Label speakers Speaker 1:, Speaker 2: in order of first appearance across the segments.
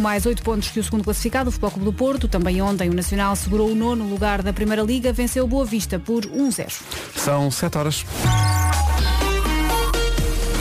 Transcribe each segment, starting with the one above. Speaker 1: mais 8 pontos que o segundo classificado, o Futebol Clube do Porto. Também ontem o Nacional segurou o nono lugar da Primeira Liga, venceu o Boa Vista por 1-0.
Speaker 2: São 7 horas.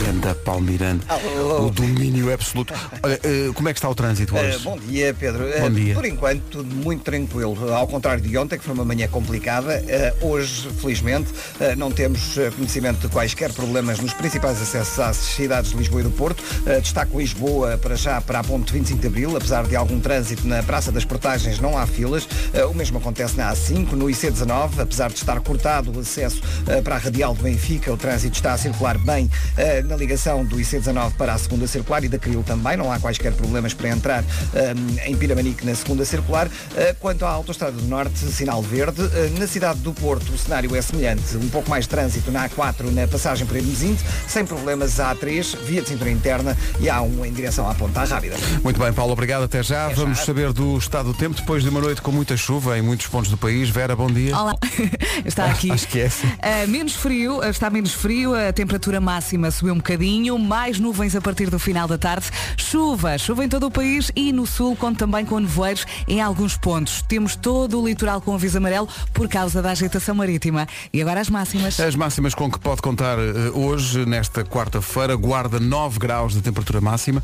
Speaker 2: Grande Paulo Miranda.
Speaker 3: Alô.
Speaker 2: O domínio absoluto. Olha, eh, como é que está o trânsito
Speaker 3: oh. Eh,
Speaker 2: hoje?
Speaker 3: bom dia, Pedro. Eh,
Speaker 2: Bom dia.
Speaker 3: Por enquanto, tudo muito tranquilo. Ao contrário de ontem, que foi uma manhã complicada, eh, hoje, felizmente, eh, não temos eh, conhecimento de quaisquer problemas nos principais acessos às cidades de Lisboa e do Porto. Eh, destaco Lisboa para já para a ponte 25 de Abril, apesar de algum trânsito na Praça das Portagens, não há filas. Eh, o mesmo acontece na A5, no IC19, apesar de estar cortado o acesso eh, para a Radial do Benfica, o trânsito está a circular bem eh, na ligação do IC19 para a segunda circular e da Cril também, não há quaisquer problemas para entrar eh, em Piramanique na segunda circular. Eh, quanto à Autostrada do Norte, sinal verde, eh, na cidade do Porto o cenário é semelhante, um pouco mais de trânsito na A4 na passagem por Hermesinte, sem problemas a A3, via de cintura interna e A1 em direção à Ponta Rábida.
Speaker 2: Muito bem, Paulo, obrigado. Até já.
Speaker 3: Até
Speaker 2: Vamos
Speaker 3: já.
Speaker 2: saber do estado do tempo depois de uma noite com muita chuva em muitos pontos do país. Vera, bom dia.
Speaker 4: Olá, está aqui.
Speaker 2: Acho que é essa.
Speaker 4: Ah, menos frio, ah, está menos frio, a temperatura máxima subiu um bocadinho, mais nuvens a partir do final da tarde, chuva, chuva em todo o país e no sul, conto também com nevoeiros em alguns pontos. Temos todo o litoral com aviso amarelo por causa da agitação marítima. E agora as máximas.
Speaker 2: As máximas com que pode contar eh, hoje, nesta quarta-feira, Guarda 9 graus de temperatura máxima,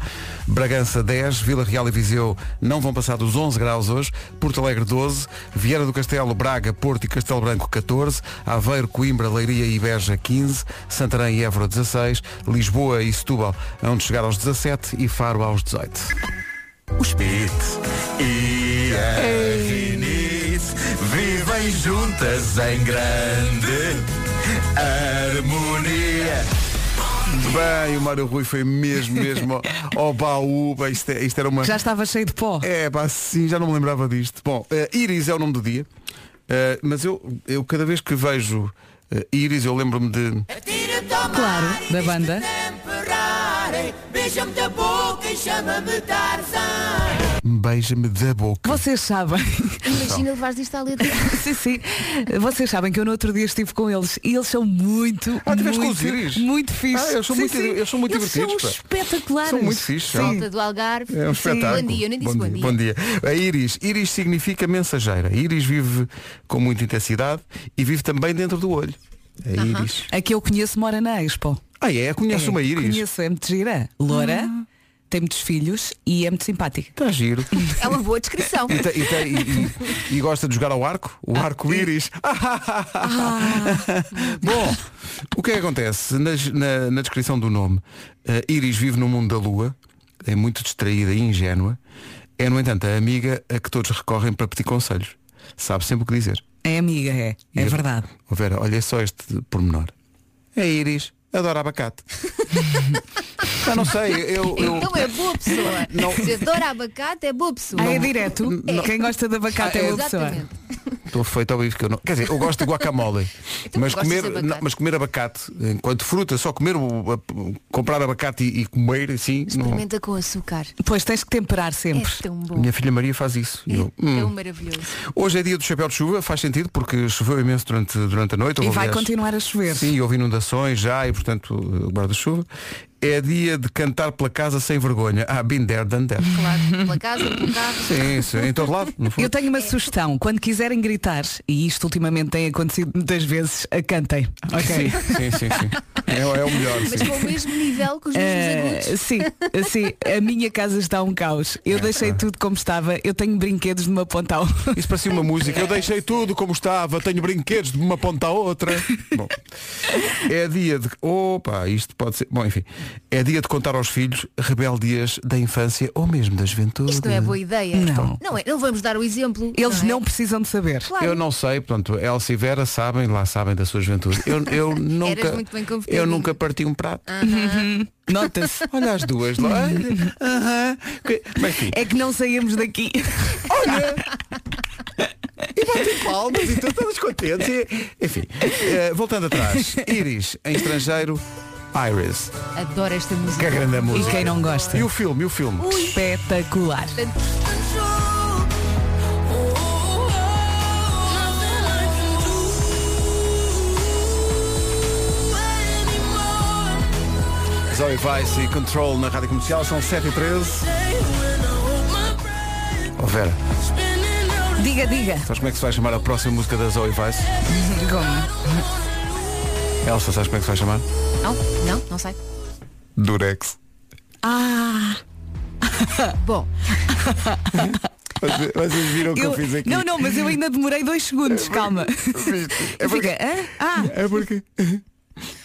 Speaker 2: Bragança 10, Vila Real e Viseu não vão passar dos 11 graus hoje, Porto Alegre 12, Vieira do Castelo, Braga, Porto e Castelo Branco 14, Aveiro, Coimbra, Leiria e Beja 15, Santarém e Évora 16, Lisboa e Setúbal onde chegar aos 17 e Faro aos 18.
Speaker 5: Os Pit e a Vinice vivem juntas em grande harmonia.
Speaker 2: Bem, o Mário Rui foi mesmo, mesmo ao- ao baú, Bem, isto, é- isto era uma...
Speaker 4: Já estava cheio de pó.
Speaker 2: É, pá, sim, já não me lembrava disto. Bom, eh, Iris é o nome do dia, eh, mas eu, eu cada vez que vejo eh, Iris, eu lembro-me de.
Speaker 4: Claro, da banda.
Speaker 2: Beija-me da boca.
Speaker 4: Vocês sabem,
Speaker 2: Então.
Speaker 6: Imagina levares disto à letra.
Speaker 4: sim, sim, vocês sabem que eu no outro dia estive com eles e eles são muito,
Speaker 2: Ah, tiveste
Speaker 4: muito,
Speaker 2: com os íris?
Speaker 4: muito fixe.
Speaker 2: Ah, eles são
Speaker 4: Sim,
Speaker 2: muito-
Speaker 4: sim.
Speaker 2: eles são muito
Speaker 4: Eles
Speaker 2: divertidos, pá.
Speaker 4: São espetaculares.
Speaker 2: São muito fixes,
Speaker 4: Sim.
Speaker 2: são.
Speaker 6: Malta do Algarve.
Speaker 2: É um espetáculo.
Speaker 6: Bom dia, eu nem disse bom dia.
Speaker 2: Bom dia. A Iris, Iris significa mensageira. Iris vive com muita intensidade e vive também dentro do olho. A Iris.
Speaker 4: A que eu conheço mora na Expo.
Speaker 2: Ah, é? Conhece uma Iris?
Speaker 4: Conheço, é muito gira. Loura, tem muitos filhos e é muito simpática.
Speaker 2: Está Tá giro.
Speaker 6: É uma boa descrição.
Speaker 2: E, tem- e tem- e- e- e gosta de jogar ao arco? O arco-íris. Ah, Bom, o que é que acontece? Nas- na, na descrição do nome, eh, Iris vive no mundo da lua, é muito distraída e ingênua. É, no entanto, a amiga a que todos recorrem para pedir conselhos. Sabe sempre o que dizer.
Speaker 4: É amiga, é. É
Speaker 2: Eu-
Speaker 4: verdade.
Speaker 2: Oh, Vera, olha só este pormenor. É Iris, adora abacate. Já não sei, eu. eu-
Speaker 6: Então é boa pessoa. Se adora abacate, é boa pessoa.
Speaker 4: Ah, é direto. Quem gosta de abacate
Speaker 2: Ah,
Speaker 4: é
Speaker 2: é-
Speaker 4: uma pessoa.
Speaker 6: Exatamente.
Speaker 2: Estou feito ao bife que eu não. Quer dizer, eu gosto de guacamole.
Speaker 6: Então
Speaker 2: mas,
Speaker 6: gostas de
Speaker 2: comer,
Speaker 6: abacate.
Speaker 2: não, mas comer abacate, enquanto fruta, só comer o, a- comprar abacate e, e comer assim. Não.
Speaker 6: Experimenta com açúcar.
Speaker 4: Pois tens que temperar
Speaker 6: É
Speaker 4: sempre.
Speaker 6: tão bom.
Speaker 2: Hum. Minha filha Maria faz isso. E eu,
Speaker 6: É
Speaker 2: hum.
Speaker 6: um maravilhoso.
Speaker 2: Hoje é dia do chapéu de chuva, faz sentido porque choveu imenso durante, durante a noite.
Speaker 4: E
Speaker 2: houve,
Speaker 4: vai
Speaker 2: aliás,
Speaker 4: continuar a chover.
Speaker 2: Sim, houve inundações já e portanto o guarda-chuva. É dia de cantar pela casa sem vergonha. Ah, been there, done that.
Speaker 6: Claro, pela casa, pelo carro.
Speaker 2: Sim, sim, em todo lado. no fundo.
Speaker 4: Eu tenho uma sugestão. Quando quiserem gritar, e isto ultimamente tem acontecido muitas vezes, a cantem.
Speaker 2: Sim,
Speaker 4: Ok?
Speaker 2: sim, sim, sim. É, é o melhor.
Speaker 6: Mas
Speaker 2: sim. É,
Speaker 6: com o mesmo nível que os mesmos
Speaker 4: Eh,
Speaker 6: agudos.
Speaker 4: sim, sim, a minha casa está um caos.
Speaker 2: É
Speaker 4: Eu deixei tudo como estava. Eu tenho brinquedos de uma ponta à outra.
Speaker 2: Isso parecia uma música. Eu deixei tudo como estava, tenho brinquedos de uma ponta à outra. Bom, é dia de. Opa, isto pode ser. Bom, enfim. É dia de contar aos filhos rebeldias da infância ou mesmo da juventude.
Speaker 6: Isto não é boa ideia.
Speaker 4: Não.
Speaker 6: Não, é, não vamos dar o exemplo.
Speaker 4: Eles
Speaker 6: é?
Speaker 4: não precisam de saber.
Speaker 6: Claro.
Speaker 2: Eu não sei, portanto, Elsa e Vera sabem, lá sabem da sua juventude. Eu, eu nunca.
Speaker 6: muito bem competente.
Speaker 2: eu nunca parti um prato.
Speaker 4: Nota-se.
Speaker 2: Olha as duas lá. Aham. Que- Mas enfim.
Speaker 4: É que não saímos daqui.
Speaker 2: palmas e tu todos contentes. E- Enfim, eh, voltando atrás, Iris, em estrangeiro, Iris.
Speaker 6: Adoro
Speaker 2: Que
Speaker 6: esta
Speaker 2: é
Speaker 6: música.
Speaker 2: grande a música.
Speaker 4: E quem não gosta?
Speaker 2: E o filme, e o filme.
Speaker 4: Espetacular.
Speaker 2: Zoe Vice e Control na Rádio Comercial são 7 e 13. Oh, Vera,
Speaker 4: Diga, diga.
Speaker 2: sabes como é que se vai chamar a próxima música da Zoe Weiss?
Speaker 4: Como?
Speaker 2: Elsa, sabes como é que se vai chamar?
Speaker 6: Não, não, não sei.
Speaker 5: Durex.
Speaker 6: Bom,
Speaker 5: Vocês vocês viram o que eu,
Speaker 4: Eu-
Speaker 5: fiz aqui?
Speaker 4: Não, não, mas eu ainda demorei dois segundos, calma.
Speaker 5: É porque,
Speaker 4: Fica, hã? Ah,
Speaker 5: é porque.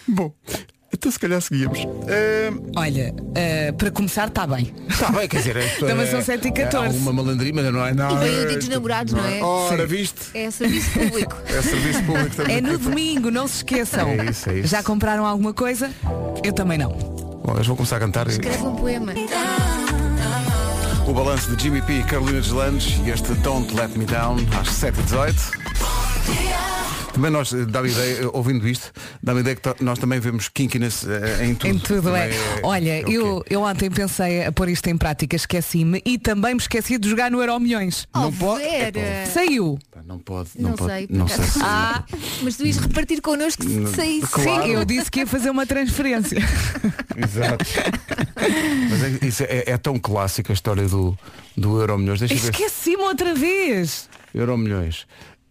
Speaker 5: Bom, então se calhar seguíamos.
Speaker 4: olha, eh, para começar está bem.
Speaker 2: Está Tá bem, quer dizer, é-
Speaker 4: Também são sete e quatorze.
Speaker 2: Uma malandrinha, mas não é nada.
Speaker 6: E vem o dia dos namorados, não é?
Speaker 2: Ora, viste?
Speaker 6: é serviço público.
Speaker 2: É serviço público também.
Speaker 4: É no domingo, não se esqueçam.
Speaker 2: É isso, é isso.
Speaker 4: Já compraram alguma coisa? Eu também não.
Speaker 2: Bom, eu vou começar a cantar.
Speaker 6: Escreve um poema.
Speaker 2: O balanço de Jimmy P e Carolina Deslandes e este Don't Let Me Down às 7h18. Também nós, eh, dá-me ideia, eh, ouvindo isto, dá-me ideia que to- nós também vemos kinkiness eh, em tudo.
Speaker 4: Em tudo é.
Speaker 2: Também
Speaker 4: Olha,
Speaker 2: é o
Speaker 4: eu,
Speaker 2: quê?
Speaker 4: eu ontem pensei a pôr isto em prática, esqueci-me e também me esqueci de jogar no Euro Milhões.
Speaker 6: Oh,
Speaker 2: Não pode-
Speaker 6: Vera.
Speaker 4: Saiu.
Speaker 2: Pá, Não pode, não,
Speaker 6: Não
Speaker 2: pode.
Speaker 6: sei, por
Speaker 2: não sei
Speaker 6: acaso.
Speaker 2: se...
Speaker 4: Ah,
Speaker 6: Mas tu ias repartir connosco se saísse.
Speaker 4: sim, eu disse que ia fazer uma transferência.
Speaker 2: Exato. Mas é, isso é, é tão clássico a história do, do Euro Milhões. Deixa eu ver.
Speaker 4: Esqueci-me outra vez.
Speaker 2: Euro Milhões.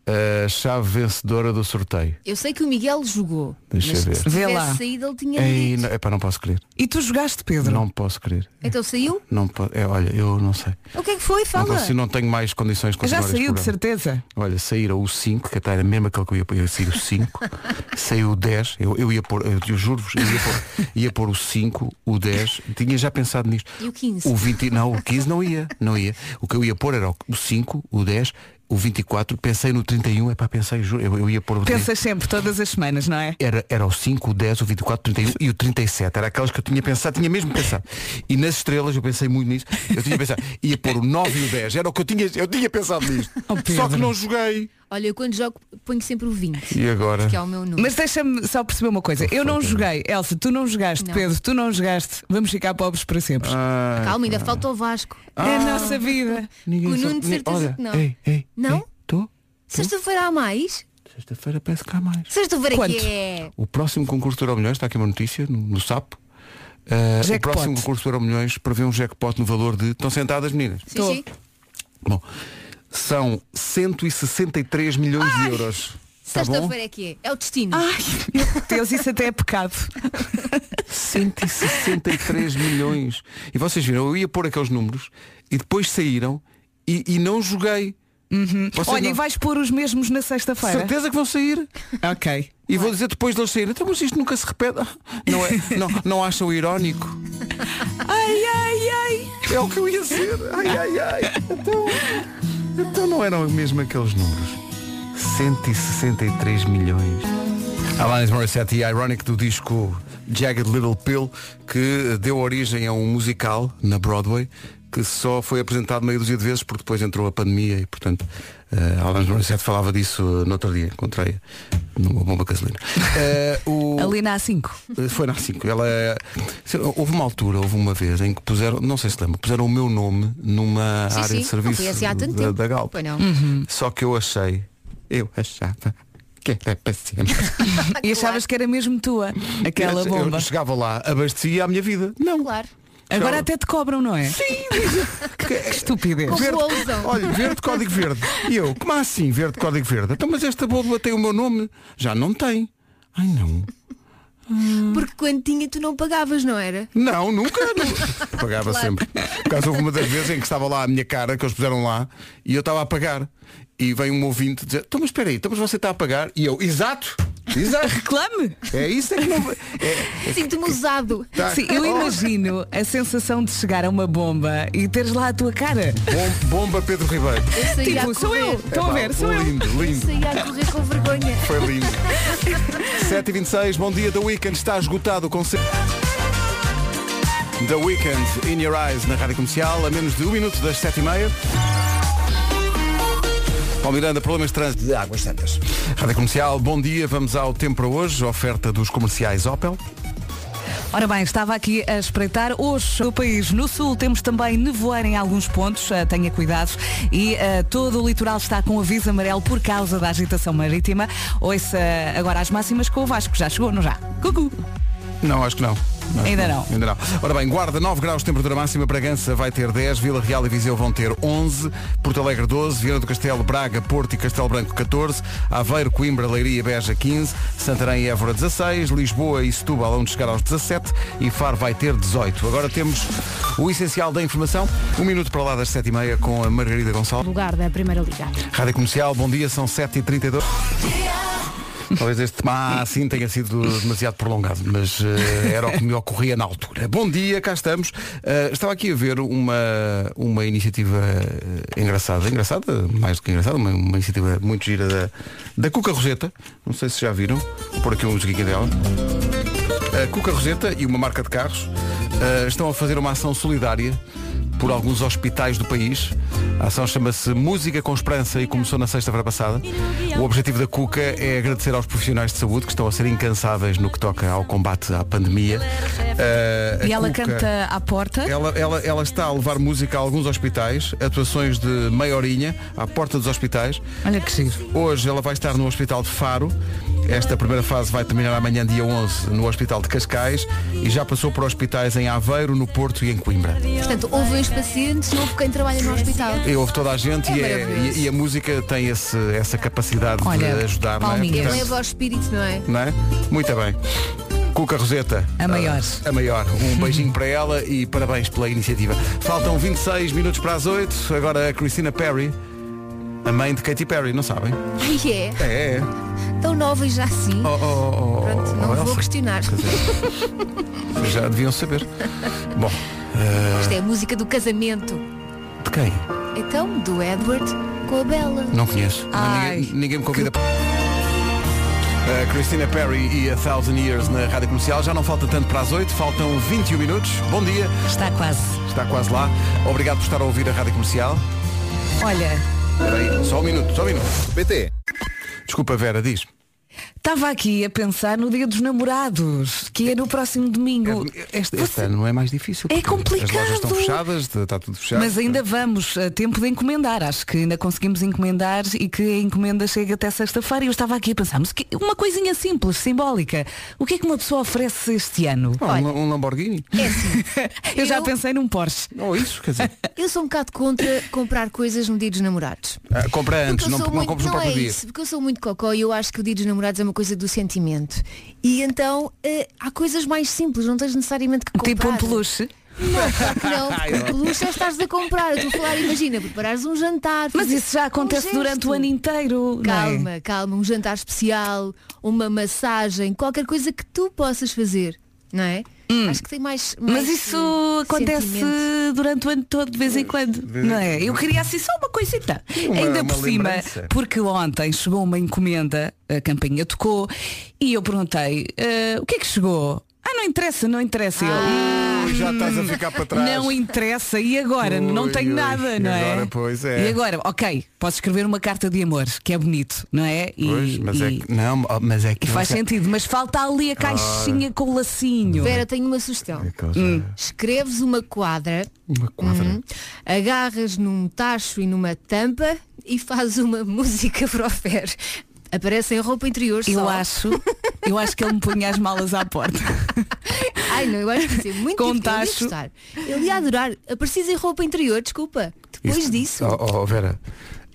Speaker 2: A chave vencedora do sorteio.
Speaker 6: Eu sei que o Miguel jogou.
Speaker 2: Deixa
Speaker 6: mas
Speaker 2: eu ver.
Speaker 6: Se
Speaker 4: Vê
Speaker 6: tivesse
Speaker 4: lá.
Speaker 6: saído, ele tinha
Speaker 2: Ei,
Speaker 6: dito.
Speaker 2: não, epá, não posso crer.
Speaker 4: E tu jogaste, Pedro?
Speaker 2: Não posso crer.
Speaker 6: Então saiu?
Speaker 2: Não pode, é, olha, eu não sei.
Speaker 6: O que é que foi?
Speaker 2: Não,
Speaker 6: Fala.
Speaker 2: consigo, não tenho mais condições de
Speaker 4: Já
Speaker 2: continuar este
Speaker 4: saiu, de
Speaker 2: programa.
Speaker 4: certeza.
Speaker 2: Olha, saíram o 5, que até era mesmo aquele que eu ia pôr, eu saí o 5, saiu o 10, eu, eu ia pôr, eu, eu juro-vos, eu ia pôr, ia pôr o 5, o 10, tinha já pensado nisto.
Speaker 6: E o 15?
Speaker 2: O 20, não, o 15 não ia, não ia. O que eu ia pôr era o- o 5, o 10, o 24, pensei no 31, é para pensei, juro, eu, eu ia pôr o 30.
Speaker 4: Pensas sempre, todas as semanas, não é?
Speaker 2: Era, era o 5, o 10, o 24, o 31 e o 37. Era aquelas que eu tinha pensado, tinha mesmo pensado. E nas estrelas, eu pensei muito nisso, eu tinha pensado, ia pôr o 9 e o 10. Era o que eu tinha, eu tinha pensado nisto. Só
Speaker 4: Oh,
Speaker 2: que
Speaker 4: Pedro.
Speaker 2: não joguei.
Speaker 6: Olha, eu quando jogo ponho sempre o 20,
Speaker 2: E agora?
Speaker 6: que é o meu número.
Speaker 4: Mas deixa-me só perceber uma coisa. Eu não joguei. Elsa, tu não jogaste.
Speaker 6: Não.
Speaker 4: Pedro, tu não jogaste. Vamos ficar pobres para sempre.
Speaker 6: um- Calma, ainda falta o Vasco.
Speaker 4: É a nossa vida.
Speaker 2: Ah, Ninguém
Speaker 6: O Nuno
Speaker 2: sabe-
Speaker 6: de certeza
Speaker 2: Olha,
Speaker 6: que não.
Speaker 2: Ei, ei,
Speaker 6: Não?
Speaker 2: Estou?
Speaker 6: Sexta-feira há mais?
Speaker 2: Sexta-feira parece que há mais.
Speaker 6: Sexta-feira que
Speaker 4: Quanto?
Speaker 6: é?
Speaker 2: O próximo concurso do Euro Milhões, está aqui uma notícia, no, no sapo. Uh, o
Speaker 4: Jackpot.
Speaker 2: próximo concurso do Euro Milhões prevê um jackpot no valor de. Estão sentadas, meninas?
Speaker 6: Sim,
Speaker 4: Tô.
Speaker 6: sim.
Speaker 2: Bom, são 163 milhões de euros. Está bom?
Speaker 6: Sexta-feira é que é? É o destino.
Speaker 4: Ai, Deus, isso até é pecado.
Speaker 2: 163 milhões. E vocês viram, eu ia pôr aqueles números e depois saíram e, e não joguei.
Speaker 6: Uhum.
Speaker 2: Vocês
Speaker 4: Olha,
Speaker 2: não-
Speaker 4: e vais pôr os mesmos na sexta-feira.
Speaker 2: Certeza que vão sair?
Speaker 4: Ok.
Speaker 2: E vou dizer depois deles saírem, então mas isto nunca se repete. Ah, Não, é, não, não acham irónico?
Speaker 4: Ai, ai, ai.
Speaker 2: É o que eu ia dizer. Ai, ai, ai. Então, então não eram mesmo aqueles números. 163 milhões. Alanis Morissette e Ironic do disco Jagged Little Pill que deu origem a um musical na Broadway que só foi apresentado meia dúzia de vezes porque depois entrou a pandemia e portanto eh, Alanis Morissette falava disso eh, no outro dia, encontrei numa bomba de gasolina. Eh, o-
Speaker 4: Ali na A5.
Speaker 2: eh, Foi na 5. Ela é- se- Houve uma altura, houve uma vez em que puseram, não sei se lembra, puseram o meu nome numa
Speaker 6: Sim,
Speaker 2: área
Speaker 6: sim.
Speaker 2: de
Speaker 6: Não
Speaker 2: serviço
Speaker 6: foi assim há tanto
Speaker 2: da,
Speaker 6: tempo.
Speaker 2: da Galp. Hum.
Speaker 6: Pois não.
Speaker 2: Só que eu achei, eu achava que era para sempre.
Speaker 4: E achavas que era mesmo tua, aquela
Speaker 2: Eu
Speaker 4: bomba.
Speaker 2: chegava lá, abastecia a minha vida. Não.
Speaker 6: Claro.
Speaker 4: Agora até te cobram, não é? Sim. que estupidez.
Speaker 6: Com
Speaker 2: Verde,
Speaker 6: bolauzão.
Speaker 2: olha, verde código verde. E eu, como assim verde código verde? Então, mas esta bóbula tem o meu nome? Já não tem. Ai não.
Speaker 6: Porque quando tinha tu não pagavas, não era?
Speaker 2: Não, nunca. nu- Pagava sempre. Por causa houve uma das vezes em que estava lá a minha cara, que eles puseram lá, e eu estava a pagar. E vem um ouvinte dizer, então mas espera aí, então mas você está a pagar? E eu, exato, exato.
Speaker 4: Reclame.
Speaker 2: É isso é que não... É,
Speaker 6: Sinto-me usado.
Speaker 2: tá.
Speaker 4: Sim, eu imagino a sensação de chegar a uma bomba e teres lá a tua cara.
Speaker 2: Bom- bomba Pedro Ribeiro.
Speaker 6: Eu saía a
Speaker 4: Tipo, sou eu,
Speaker 6: correr.
Speaker 4: estou a ver,
Speaker 2: Pá,
Speaker 4: sou eu.
Speaker 2: lindo, lindo.
Speaker 6: Saía a correr com vergonha.
Speaker 2: Foi lindo. 7h26, bom dia, The Weekend está esgotado o concerto. The Weekend in Your Eyes na Rádio Comercial, a menos de um minuto das 7h30. Paulo Miranda, problemas de trânsito.
Speaker 3: de Águas Santas.
Speaker 2: Rádio Comercial, bom dia, vamos ao tempo para hoje, oferta dos comerciais Opel.
Speaker 4: Ora bem, estava aqui a espreitar hoje o país. No sul temos também nevoeiro em alguns pontos, eh, tenha cuidado. E eh, todo o litoral está com aviso amarelo por causa da agitação eh, marítima. Ouça agora as máximas com o Vasco. Já chegou, não já? Cucu.
Speaker 2: Não, acho que não.
Speaker 4: Ainda não.
Speaker 2: Ainda não. Ora bem, Guarda 9 graus de temperatura máxima, Bragança vai ter 10, Vila Real e Viseu vão ter 11, Porto Alegre 12, Viana do Castelo, Braga, Porto e Castelo Branco 14, Aveiro, Coimbra, Leiria e Beja 15, Santarém e Évora 16, Lisboa e Setúbal onde chegar aos 17 e Faro vai ter 18. Agora temos o essencial da informação, um minuto para lá das 7h30 com a Margarida Gonçalves.
Speaker 1: Lugar da Primeira Liga.
Speaker 2: Rádio Comercial, bom dia, são 7h32. Talvez este má assim tenha sido demasiado prolongado, mas eh, era o que me ocorria na altura. Bom dia, cá estamos. Eh, estava aqui a ver uma, uma iniciativa eh, engraçada, engraçada, mais do que engraçada, uma, uma iniciativa muito gira da, da Cuca Roseta. Não sei se já viram, vou pôr aqui um musiquinha dela. A Cuca Roseta e uma marca de carros eh, estão a fazer uma ação solidária por alguns hospitais do país. A ação chama-se Música com Esperança e começou na sexta-feira passada. O objetivo da Cuca é agradecer aos profissionais de saúde que estão a ser incansáveis no que toca ao combate à pandemia. Eh, a
Speaker 4: E ela
Speaker 2: Cuca-
Speaker 4: canta à porta.
Speaker 2: ela, ela- ela está a levar música a alguns hospitais, atuações de meia horinha à porta dos hospitais.
Speaker 4: Olha que giro.
Speaker 2: Hoje ela vai estar no Hospital de Faro. Esta primeira fase vai terminar amanhã, dia 11, no Hospital de Cascais e já passou por hospitais em Aveiro, no Porto e em Coimbra.
Speaker 6: Portanto, houve uns pacientes, houve quem trabalha no hospital.
Speaker 2: E Houve toda a gente
Speaker 6: É
Speaker 2: e, é-
Speaker 6: maravilhoso.
Speaker 2: e- e a música tem esse- essa capacidade
Speaker 4: Olha,
Speaker 2: de ajudar, não é?
Speaker 4: palminhas.
Speaker 2: Portanto,
Speaker 6: Leva ao espírito, não é?
Speaker 2: não é? Muito bem. Cuca Roseta.
Speaker 4: A maior.
Speaker 2: Ah, a maior. Um beijinho para ela e parabéns pela iniciativa. Faltam 26 minutos para as 8. Agora a Christina Perry, a mãe de Katy Perry, não sabem?
Speaker 6: E é.
Speaker 2: É, é.
Speaker 6: Tão nova e já assim.
Speaker 2: Oh, oh, oh, oh,
Speaker 6: Pronto, não
Speaker 2: oh,
Speaker 6: vou
Speaker 2: Elsa.
Speaker 6: questionar.
Speaker 2: Quer dizer, vocês já deviam saber. Bom,
Speaker 6: Isto é a música do casamento.
Speaker 2: de quem?
Speaker 6: Então, do Edward com a Bella.
Speaker 2: Não conheço. Não,
Speaker 4: Ai,
Speaker 2: ninguém, ninguém me convida. A Christina Perry e a Thousand Years na Rádio Comercial. Já não falta tanto para as 8, faltam 21 minutos. Bom dia,
Speaker 4: Está quase.
Speaker 2: está quase lá. Obrigado por estar a ouvir a Rádio Comercial.
Speaker 4: Olha,
Speaker 2: Espera aí, só um minuto, só um minuto. PT. Desculpa, Vera, diz.
Speaker 4: estava aqui a pensar no dia dos namorados, que é no próximo domingo.
Speaker 2: Este, este
Speaker 4: Você-
Speaker 2: ano é mais difícil.
Speaker 4: É
Speaker 2: porque As
Speaker 4: complicado.
Speaker 2: lojas estão fechadas, está tudo fechado.
Speaker 4: Mas ainda vamos a tempo de encomendar. Acho que ainda conseguimos encomendar e que a encomenda chega até sexta-feira. E eu estava aqui a pensar, mas que- uma coisinha simples, simbólica. O que é que uma pessoa oferece este ano?
Speaker 2: Oh, um, um Lamborghini.
Speaker 6: É assim,
Speaker 4: Eu já
Speaker 6: eu-
Speaker 4: pensei num Porsche.
Speaker 2: Ou isso, quer dizer.
Speaker 6: eu sou um bocado contra comprar coisas no dia dos namorados.
Speaker 2: ah, compra antes,
Speaker 6: Porque eu
Speaker 2: não,
Speaker 6: sou
Speaker 2: não um
Speaker 6: muito-
Speaker 4: um
Speaker 2: compras no
Speaker 6: não
Speaker 2: próprio
Speaker 6: é
Speaker 2: dia.
Speaker 6: isso, porque eu sou muito cocó e eu acho que o dia dos namorados é uma coisa do sentimento. E então eh, há coisas mais simples, não tens necessariamente que comprar.
Speaker 4: Tipo um peluche.
Speaker 6: Não, claro que não, porque o peluche já estás a comprar. Eu estou a falar, imagina, preparares um jantar.
Speaker 4: Mas
Speaker 6: fazer
Speaker 4: isso já
Speaker 6: um
Speaker 4: acontece
Speaker 6: gesto.
Speaker 4: durante o ano inteiro. não é?
Speaker 6: Calma, calma, um jantar especial, uma massagem, qualquer coisa que tu possas fazer, não é? Acho que tem mais. mais,
Speaker 4: Hum. Mas isso
Speaker 6: eh,
Speaker 4: acontece
Speaker 6: sentimento.
Speaker 4: durante o ano todo, de vez em quando. Não é? Eu queria assim só uma coisita.
Speaker 2: Uma-
Speaker 4: Ainda
Speaker 2: uma
Speaker 4: por cima,
Speaker 2: lembrança.
Speaker 4: porque ontem chegou uma encomenda, a campainha tocou, e eu perguntei, "Ah, o que é que chegou? Ah, não interessa, não interessa.
Speaker 2: Ui, já estás
Speaker 6: Hum.
Speaker 2: a ficar para
Speaker 4: Eu,
Speaker 2: trás.
Speaker 4: não interessa, e agora? não
Speaker 2: Ui,
Speaker 4: tenho
Speaker 2: ui,
Speaker 4: nada,
Speaker 2: e
Speaker 4: não é?
Speaker 2: agora, pois é.
Speaker 4: E agora, ok, posso escrever uma carta de amor, que é bonito, não é? E,
Speaker 2: Pois, mas é
Speaker 4: e-
Speaker 2: que. Não, oh, mas é que.
Speaker 4: e faz
Speaker 2: não-
Speaker 4: sentido, mas falta ali a caixinha com o lacinho.
Speaker 6: Vera, tenho uma sugestão.
Speaker 2: Aquelas,
Speaker 4: Hum.
Speaker 2: eh,
Speaker 6: Escreves uma quadra, hum,
Speaker 2: Uma quadra.
Speaker 6: Uhum. agarras num tacho e numa tampa e fazes uma música para o Fer. Aparece em roupa interior
Speaker 4: Eu
Speaker 6: só.
Speaker 4: acho, eu acho que ele me punha as malas à porta.
Speaker 6: Ai não, eu acho que isso é muito
Speaker 4: Com
Speaker 6: divertido. Ele ia
Speaker 4: tacho.
Speaker 6: gostar. Ele ia adorar. Apareces em roupa interior, desculpa. Depois
Speaker 2: Isto-
Speaker 6: disso.
Speaker 2: Oh, oh, Vera,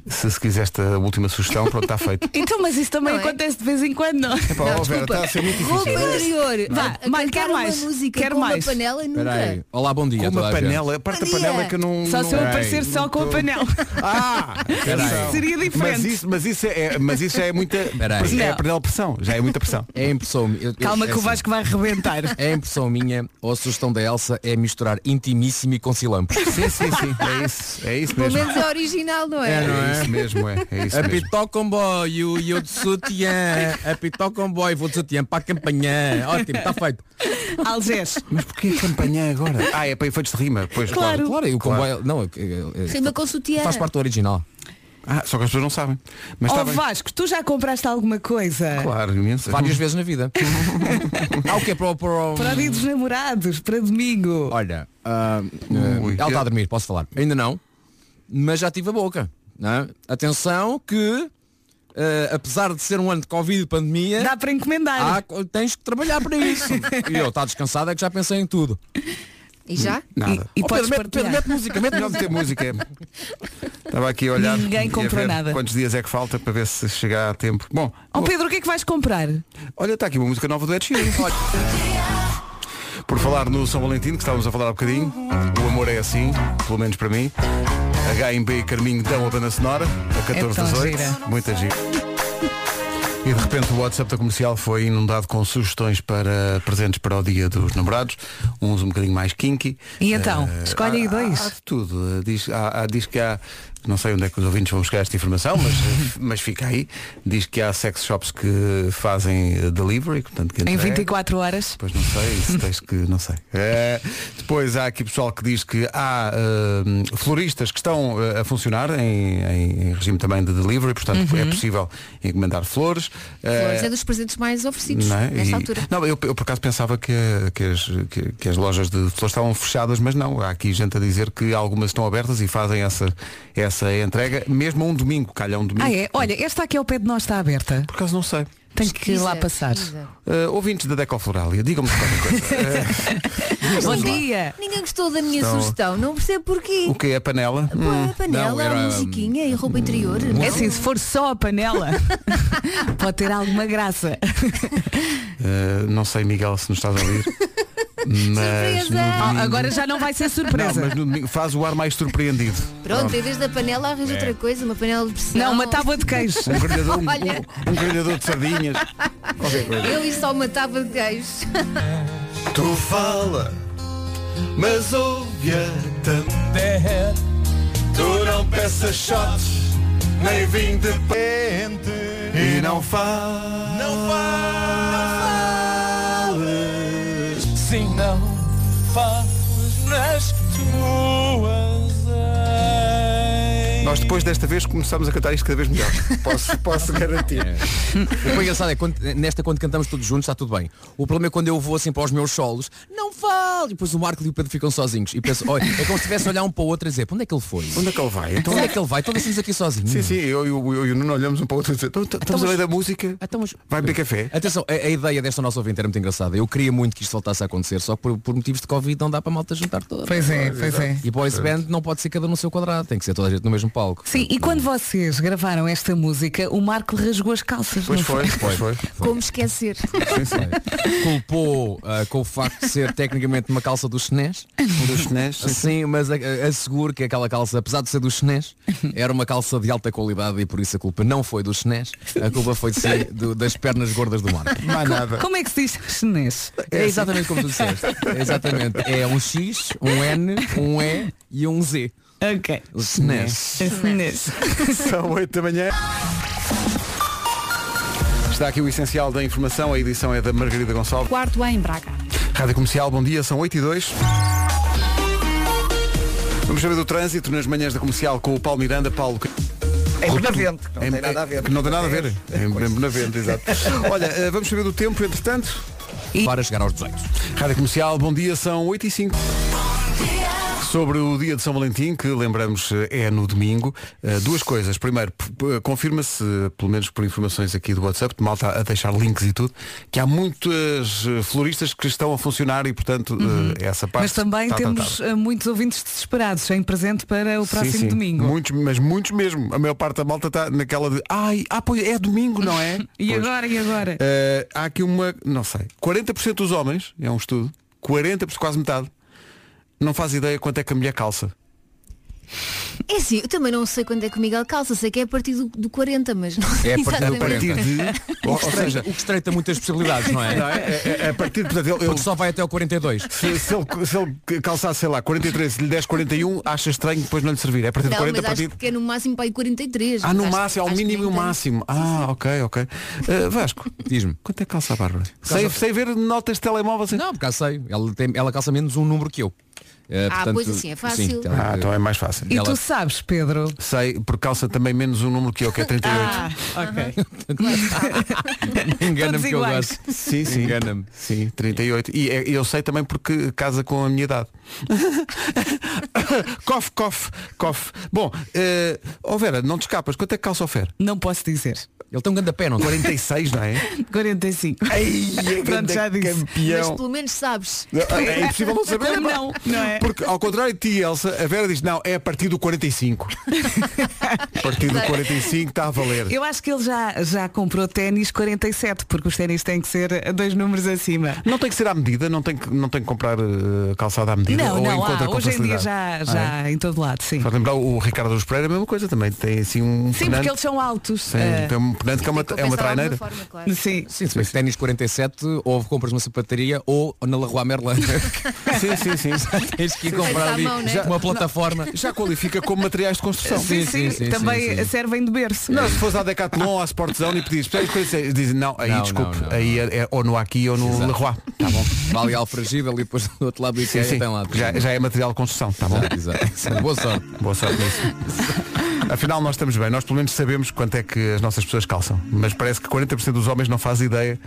Speaker 2: se seguires esta última sugestão, pronto, está feito.
Speaker 4: Então, mas isso também
Speaker 6: Não é?
Speaker 4: acontece de vez em quando, não?
Speaker 2: Epá,
Speaker 6: Não,
Speaker 2: oh, Vera,
Speaker 6: desculpa.
Speaker 2: está a ser muito
Speaker 6: Roupa
Speaker 2: difícil.
Speaker 6: interior.
Speaker 4: Vá,
Speaker 6: A
Speaker 4: Mário,
Speaker 6: cantar
Speaker 4: quer
Speaker 6: uma
Speaker 4: mais?
Speaker 6: música
Speaker 4: Quer
Speaker 6: com
Speaker 4: mais?
Speaker 6: uma panela nunca.
Speaker 5: Peraí. Olá, bom dia.
Speaker 2: Com
Speaker 5: a toda
Speaker 2: uma
Speaker 5: a gente.
Speaker 2: panela, a parte da
Speaker 6: Bom
Speaker 2: panela é
Speaker 6: dia.
Speaker 2: que eu não.
Speaker 4: Só
Speaker 2: não-
Speaker 4: se eu
Speaker 2: Ei,
Speaker 4: aparecer só
Speaker 2: não
Speaker 4: com a
Speaker 2: tô-
Speaker 4: panela.
Speaker 2: Ah! atenção.
Speaker 4: Seria diferente.
Speaker 2: Mas isso, mas isso é, mas isso já é muita.
Speaker 7: Peraí.
Speaker 2: É
Speaker 4: Não.
Speaker 2: a panela de pressão, já é muita pressão.
Speaker 7: É impressão minha. eu- eu-
Speaker 4: Calma
Speaker 7: é
Speaker 4: que o
Speaker 7: assim,
Speaker 4: Vasco vai arrebentar.
Speaker 7: É impressão minha, ou a sugestão da Elsa é misturar intimíssimo e com silampos.
Speaker 2: Sim, sim, sim. É isso, é isso
Speaker 6: Pelo
Speaker 2: mesmo.
Speaker 6: menos é original, não é?
Speaker 2: É isso mesmo, é. É isso mesmo.
Speaker 7: Apitou o comboio e eu de sutiã. Apitou o comboio, vou de sutiã para a campanhã. Ótimo, está feito.
Speaker 4: Algés.
Speaker 2: Mas porquê a campanha agora? Ah, é para efeitos de rima. Pois
Speaker 4: Claro.
Speaker 7: Claro, e o comboio. Não, é- é- é-
Speaker 6: Rima com sutiã.
Speaker 7: faz parte do original.
Speaker 2: Ah, só que as pessoas não sabem. Mas
Speaker 4: Ó
Speaker 2: está bem.
Speaker 4: Vasco, tu já compraste alguma coisa?
Speaker 2: Claro, imenso.
Speaker 7: Várias vezes na vida. Há o que é para o. para o-
Speaker 4: Para o dia dos namorados, para domingo.
Speaker 7: Olha, ah,
Speaker 2: Ui, tá
Speaker 7: ela
Speaker 2: eu-
Speaker 7: está a dormir, posso falar? Ainda não, mas já tive a boca. não é? Atenção que eh, apesar de ser um ano de Covid e pandemia,
Speaker 4: Dá para encomendar.
Speaker 2: Ah,
Speaker 7: há co- tens que trabalhar para isso. e eu, está descansado, é que já pensei em tudo.
Speaker 6: E já?
Speaker 2: Nada.
Speaker 4: E, e
Speaker 2: Oh,
Speaker 4: podes
Speaker 2: Pedro, mete, Pedro,
Speaker 4: partilhar.
Speaker 2: mete música, mete melhor de ter música. Estava aqui a olhar.
Speaker 4: Ninguém
Speaker 2: e a
Speaker 4: comprou
Speaker 2: ver
Speaker 4: nada.
Speaker 2: Quantos dias é que falta para ver se chegar a tempo? Bom,
Speaker 4: Oh Pedro, o que é que vais comprar?
Speaker 2: olha, está aqui uma música nova do Ed Sheeran. Olha. Por falar no São Valentino, que estávamos a falar há bocadinho, o amor é assim, pelo menos para mim. HMB e Carminho dão a banda sonora, a 14
Speaker 4: É tão
Speaker 2: das 8.
Speaker 4: gira.
Speaker 2: Muita gira. E de repente o WhatsApp da comercial foi inundado com sugestões para presentes para o dia dos namorados, uns um bocadinho mais kinky.
Speaker 4: E então,
Speaker 2: Eh,
Speaker 4: escolhe aí
Speaker 2: há-
Speaker 4: dois.
Speaker 2: Há, há de tudo. Eh, Diz, há- há- diz que há, não sei onde é que os ouvintes vão buscar esta informação, mas, eh, mas fica aí. Diz que há sex shops que fazem eh, delivery, portanto que
Speaker 4: Em
Speaker 2: entregam.
Speaker 4: 24 horas?
Speaker 2: Pois não sei, isso tens que. Não sei. Eh, depois há aqui pessoal que diz que há eh, floristas que estão eh, a funcionar em, em- em regime também de delivery, portanto é possível encomendar flores. Eh,
Speaker 6: Uhum. Flores é dos presentes mais oferecidos
Speaker 2: não é?
Speaker 6: nesta
Speaker 2: E-
Speaker 6: altura.
Speaker 2: não, eu, eu por acaso pensava que, que as, que- que as lojas de flores estavam fechadas, mas não. Há aqui gente a dizer que algumas estão abertas e fazem essa, essa entrega, mesmo a um domingo, calhar um domingo.
Speaker 4: Ah é? Olha, esta aqui ao pé de nós está aberta.
Speaker 2: Por acaso não sei.
Speaker 4: Tenho que ir
Speaker 6: Isa,
Speaker 4: lá passar.
Speaker 6: Isa.
Speaker 2: Eh, ouvintes da Decofloralia, digam-me qualquer coisa. Eh,
Speaker 4: Bom dia!
Speaker 6: Ninguém gostou da minha
Speaker 2: Estão-
Speaker 6: sugestão, não percebo porquê.
Speaker 2: o que é a panela?
Speaker 6: Pô, a panela,
Speaker 2: não, era-
Speaker 6: a musiquinha e roupa interior.
Speaker 4: É
Speaker 6: não?
Speaker 4: assim, se for só a panela, pode ter alguma graça.
Speaker 2: Eh, não sei, Miguel, se nos estás a ouvir. mas,
Speaker 6: Surpresa!
Speaker 2: no
Speaker 4: Oh,
Speaker 2: domingo-
Speaker 4: agora já não vai ser
Speaker 2: não,
Speaker 4: surpresa.
Speaker 2: mas no domingo faz o ar mais surpreendido.
Speaker 6: é. Pronto, em vez da panela arranja outra coisa, uma panela de pressão.
Speaker 4: Não, uma tábua de queijo.
Speaker 2: Um grelhador, um,
Speaker 6: Olha.
Speaker 2: um- um grelhador de sardinhas. Qualquer coisa.
Speaker 6: Eu e só uma tábua de queijo.
Speaker 5: Tu fala, mas ouve-a também. Tu não peças shots, nem vim de pente. E não fala, não fales. Sim, não fales nas tuas.
Speaker 2: Nós depois desta vez começámos a cantar isto cada vez melhor. Posso, posso garantir.
Speaker 7: O que é engraçado é que quando- nesta quando cantamos todos juntos está tudo bem. O problema é quando eu vou assim para os meus solos, não falo! E depois o Marco e o Pedro ficam sozinhos. E penso, olha, é como se estivesse a olhar um para o outro e dizer, para onde é que ele foi?
Speaker 2: Onde é que ele vai? Então,
Speaker 7: Então onde é que ele vai? Todos estamos aqui sozinhos.
Speaker 2: sim, sim, eu e o- eu e o Nuno olhamos um para o outro e dizemos, "Então, estamos a
Speaker 7: mas-
Speaker 2: ler da música.
Speaker 7: Então, mas-
Speaker 2: Vai beber café.
Speaker 7: Atenção, a, a ideia desta nossa ouvinte era muito engraçada. Eu queria muito que isto voltasse a acontecer, só que por, por motivos de Covid não dá para a malta juntar toda.
Speaker 4: Pois é, pois é.
Speaker 7: E boys band não pode ser cada um no seu quadrado, tem que ser toda a gente no mesmo palco.
Speaker 4: Sim, e quando vocês gravaram esta música, o Marco rasgou as calças.
Speaker 2: Pois
Speaker 4: não
Speaker 2: foi, pois foi.
Speaker 6: Como esquecer?
Speaker 7: Culpou ah, com o facto de ser tecnicamente uma calça dos chinês.
Speaker 2: Um dos chinês.
Speaker 7: Sim, mas a- a- asseguro que é aquela calça, apesar de ser dos chinês, era uma calça de alta qualidade e por isso a culpa não foi dos chinês, a culpa foi de ser do- das pernas gordas do Marco.
Speaker 2: Mais nada.
Speaker 4: Como é que se diz chinês?
Speaker 7: É exatamente como tu disseste. É exatamente. É um X, um N, um E e um Z.
Speaker 4: Ok.
Speaker 7: O chinês.
Speaker 4: Chinês.
Speaker 2: São 8 da manhã. Está aqui o essencial da informação, a edição é da Margarida Gonçalves.
Speaker 1: Quarto em Braga.
Speaker 2: Rádio Comercial, bom dia, são 8 e 2. Vamos saber do trânsito nas manhãs da comercial com o Paulo Miranda. Paulo, que-
Speaker 3: Em Benavente, É que não
Speaker 7: É
Speaker 2: em-
Speaker 3: tem nada a ver. É
Speaker 2: que Não tem nada a ver. É Em Benavente, exato. Olha, eh, vamos saber do tempo, entretanto.
Speaker 7: Para chegar aos 18.
Speaker 2: Rádio Comercial, bom dia, são 8 e 5. Sobre o dia de São Valentim, que lembramos eh, é no domingo, eh, duas coisas. Primeiro, p- p- confirma-se, eh, pelo menos por informações aqui do WhatsApp, de malta a deixar links e tudo, que há muitas eh, floristas que estão a funcionar e, portanto, eh, essa parte.
Speaker 4: Uhum. Mas também
Speaker 2: está
Speaker 4: temos
Speaker 2: tratada.
Speaker 4: eh, muitos ouvintes desesperados sem presente para o
Speaker 2: Sim,
Speaker 4: próximo
Speaker 2: sim.
Speaker 4: domingo.
Speaker 2: Muitos, mas muitos mesmo. A maior parte da malta está naquela de. Ai, ah, pois é domingo, não é?
Speaker 4: E
Speaker 2: Pois.
Speaker 4: agora, e agora?
Speaker 2: Eh, há aqui uma, não sei, 40% dos homens, é um estudo, 40%, quase metade, não faz ideia quanto é que a mulher calça.
Speaker 6: É assim, eu também não sei quando é que o Miguel calça, sei que é a partir do, do 40, mas não sei
Speaker 7: É a partir do
Speaker 2: A partir de. ou, ou seja,
Speaker 7: O que estreita muitas possibilidades, não
Speaker 2: não
Speaker 7: é?
Speaker 2: é? É- é- a partir de. Portanto, ele, ele-
Speaker 7: Porque só vai até ao 42.
Speaker 2: se, se ele, se ele calçar, sei lá, 43, se lhe 10, 41, acha estranho depois não lhe servir. É a partir de
Speaker 6: Não,
Speaker 2: 40 a
Speaker 6: mas
Speaker 2: partir.
Speaker 6: acho que é no máximo para aí 43.
Speaker 2: Ah, no
Speaker 6: Acho-
Speaker 2: máximo, ao
Speaker 6: acho que
Speaker 2: mínimo e o
Speaker 6: nem tanto.
Speaker 2: máximo. Ah, ok, ok. Eh, Vasco,
Speaker 7: Diz-me.
Speaker 2: quanto é que calça a Bárbara? Sem, sem ver notas de telemóvel, assim. sem...
Speaker 7: Não, porque já sei. Ela, tem, ela calça menos um número que eu. Eh,
Speaker 6: Ah, pois assim, é fácil.
Speaker 7: ela-
Speaker 2: Ah, então é mais fácil.
Speaker 4: E
Speaker 7: Ela-
Speaker 4: tu sabes, Pedro?
Speaker 2: Sei, por causa também menos um número que eu, que é 38.
Speaker 6: Ah,
Speaker 7: Engana-me
Speaker 4: Todos
Speaker 7: que eu
Speaker 4: iguais.
Speaker 7: gosto.
Speaker 2: Sim, sim.
Speaker 7: Engana-me.
Speaker 2: Sim, 38. E é- eu sei também porque casa com a minha idade. cof, cof, cof. Bom, eh, oh Vera, não te escapas. Quanto é que calça ofer?
Speaker 4: Não posso dizer.
Speaker 7: Ele tem um grande pé, não tem?
Speaker 2: 46, não é?
Speaker 4: 45. Pronto, já disse.
Speaker 6: Mas
Speaker 2: Campeão.
Speaker 6: pelo menos sabes.
Speaker 2: É impossível não saber.
Speaker 4: Como não? Não é?
Speaker 2: Porque ao contrário de ti, Elsa, a Vera diz, não, é a partir do 45. a partir do 45 está a valer.
Speaker 4: Eu acho que ele já, já comprou ténis 47, porque os ténis têm que ser dois números acima.
Speaker 2: Não tem que ser à medida, não tem que, não tem que comprar eh, calçado à medida.
Speaker 4: Não,
Speaker 2: ou
Speaker 4: não,
Speaker 2: encontra
Speaker 4: há.
Speaker 2: com
Speaker 4: hoje em dia
Speaker 2: facilidade.
Speaker 4: já,
Speaker 2: Ah, é?
Speaker 4: já em todo lado, sim.
Speaker 2: Só lembrar o Ricardo dos Pereira, a mesma coisa também. Tem assim um
Speaker 4: Sim,
Speaker 2: penante.
Speaker 4: porque eles são altos.
Speaker 2: Sim,
Speaker 4: Ah,
Speaker 2: tem um penante que é uma, é uma traineira.
Speaker 6: Forma, claro.
Speaker 4: sim.
Speaker 7: Sim, se bem que ténis 47, ou compras numa sapataria ou na Leroy Merlin.
Speaker 2: Sim, sim, sim.
Speaker 7: Tens que ir comprar
Speaker 6: à
Speaker 7: ali
Speaker 6: mão, né?
Speaker 7: já- uma plataforma.
Speaker 2: Já qualifica como materiais de construção.
Speaker 4: Sim,
Speaker 7: Sim,
Speaker 4: sim,
Speaker 7: sim, sim,
Speaker 4: também
Speaker 7: sim, sim.
Speaker 4: servem de berço.
Speaker 2: Não, se fores à Decathlon ou à Sportzone e pedires "Pedires coisas", eles dizem, não, aí
Speaker 7: Não,
Speaker 2: desculpe,
Speaker 7: não, não,
Speaker 2: aí é, é ou no Aqui ou no
Speaker 7: Exato.
Speaker 2: Leroy. Tá bom.
Speaker 7: Vale alfragível e depois do outro lado do Ikea
Speaker 2: Sim, sim.
Speaker 7: tem lá.
Speaker 2: Já, já é material de construção, tá bom?
Speaker 7: Exato, exato, exato. Boa sorte.
Speaker 2: Boa sorte nisso. Afinal nós estamos bem, nós pelo menos sabemos quanto é que as nossas pessoas calçam. Mas parece que 40% dos homens não faz ideia.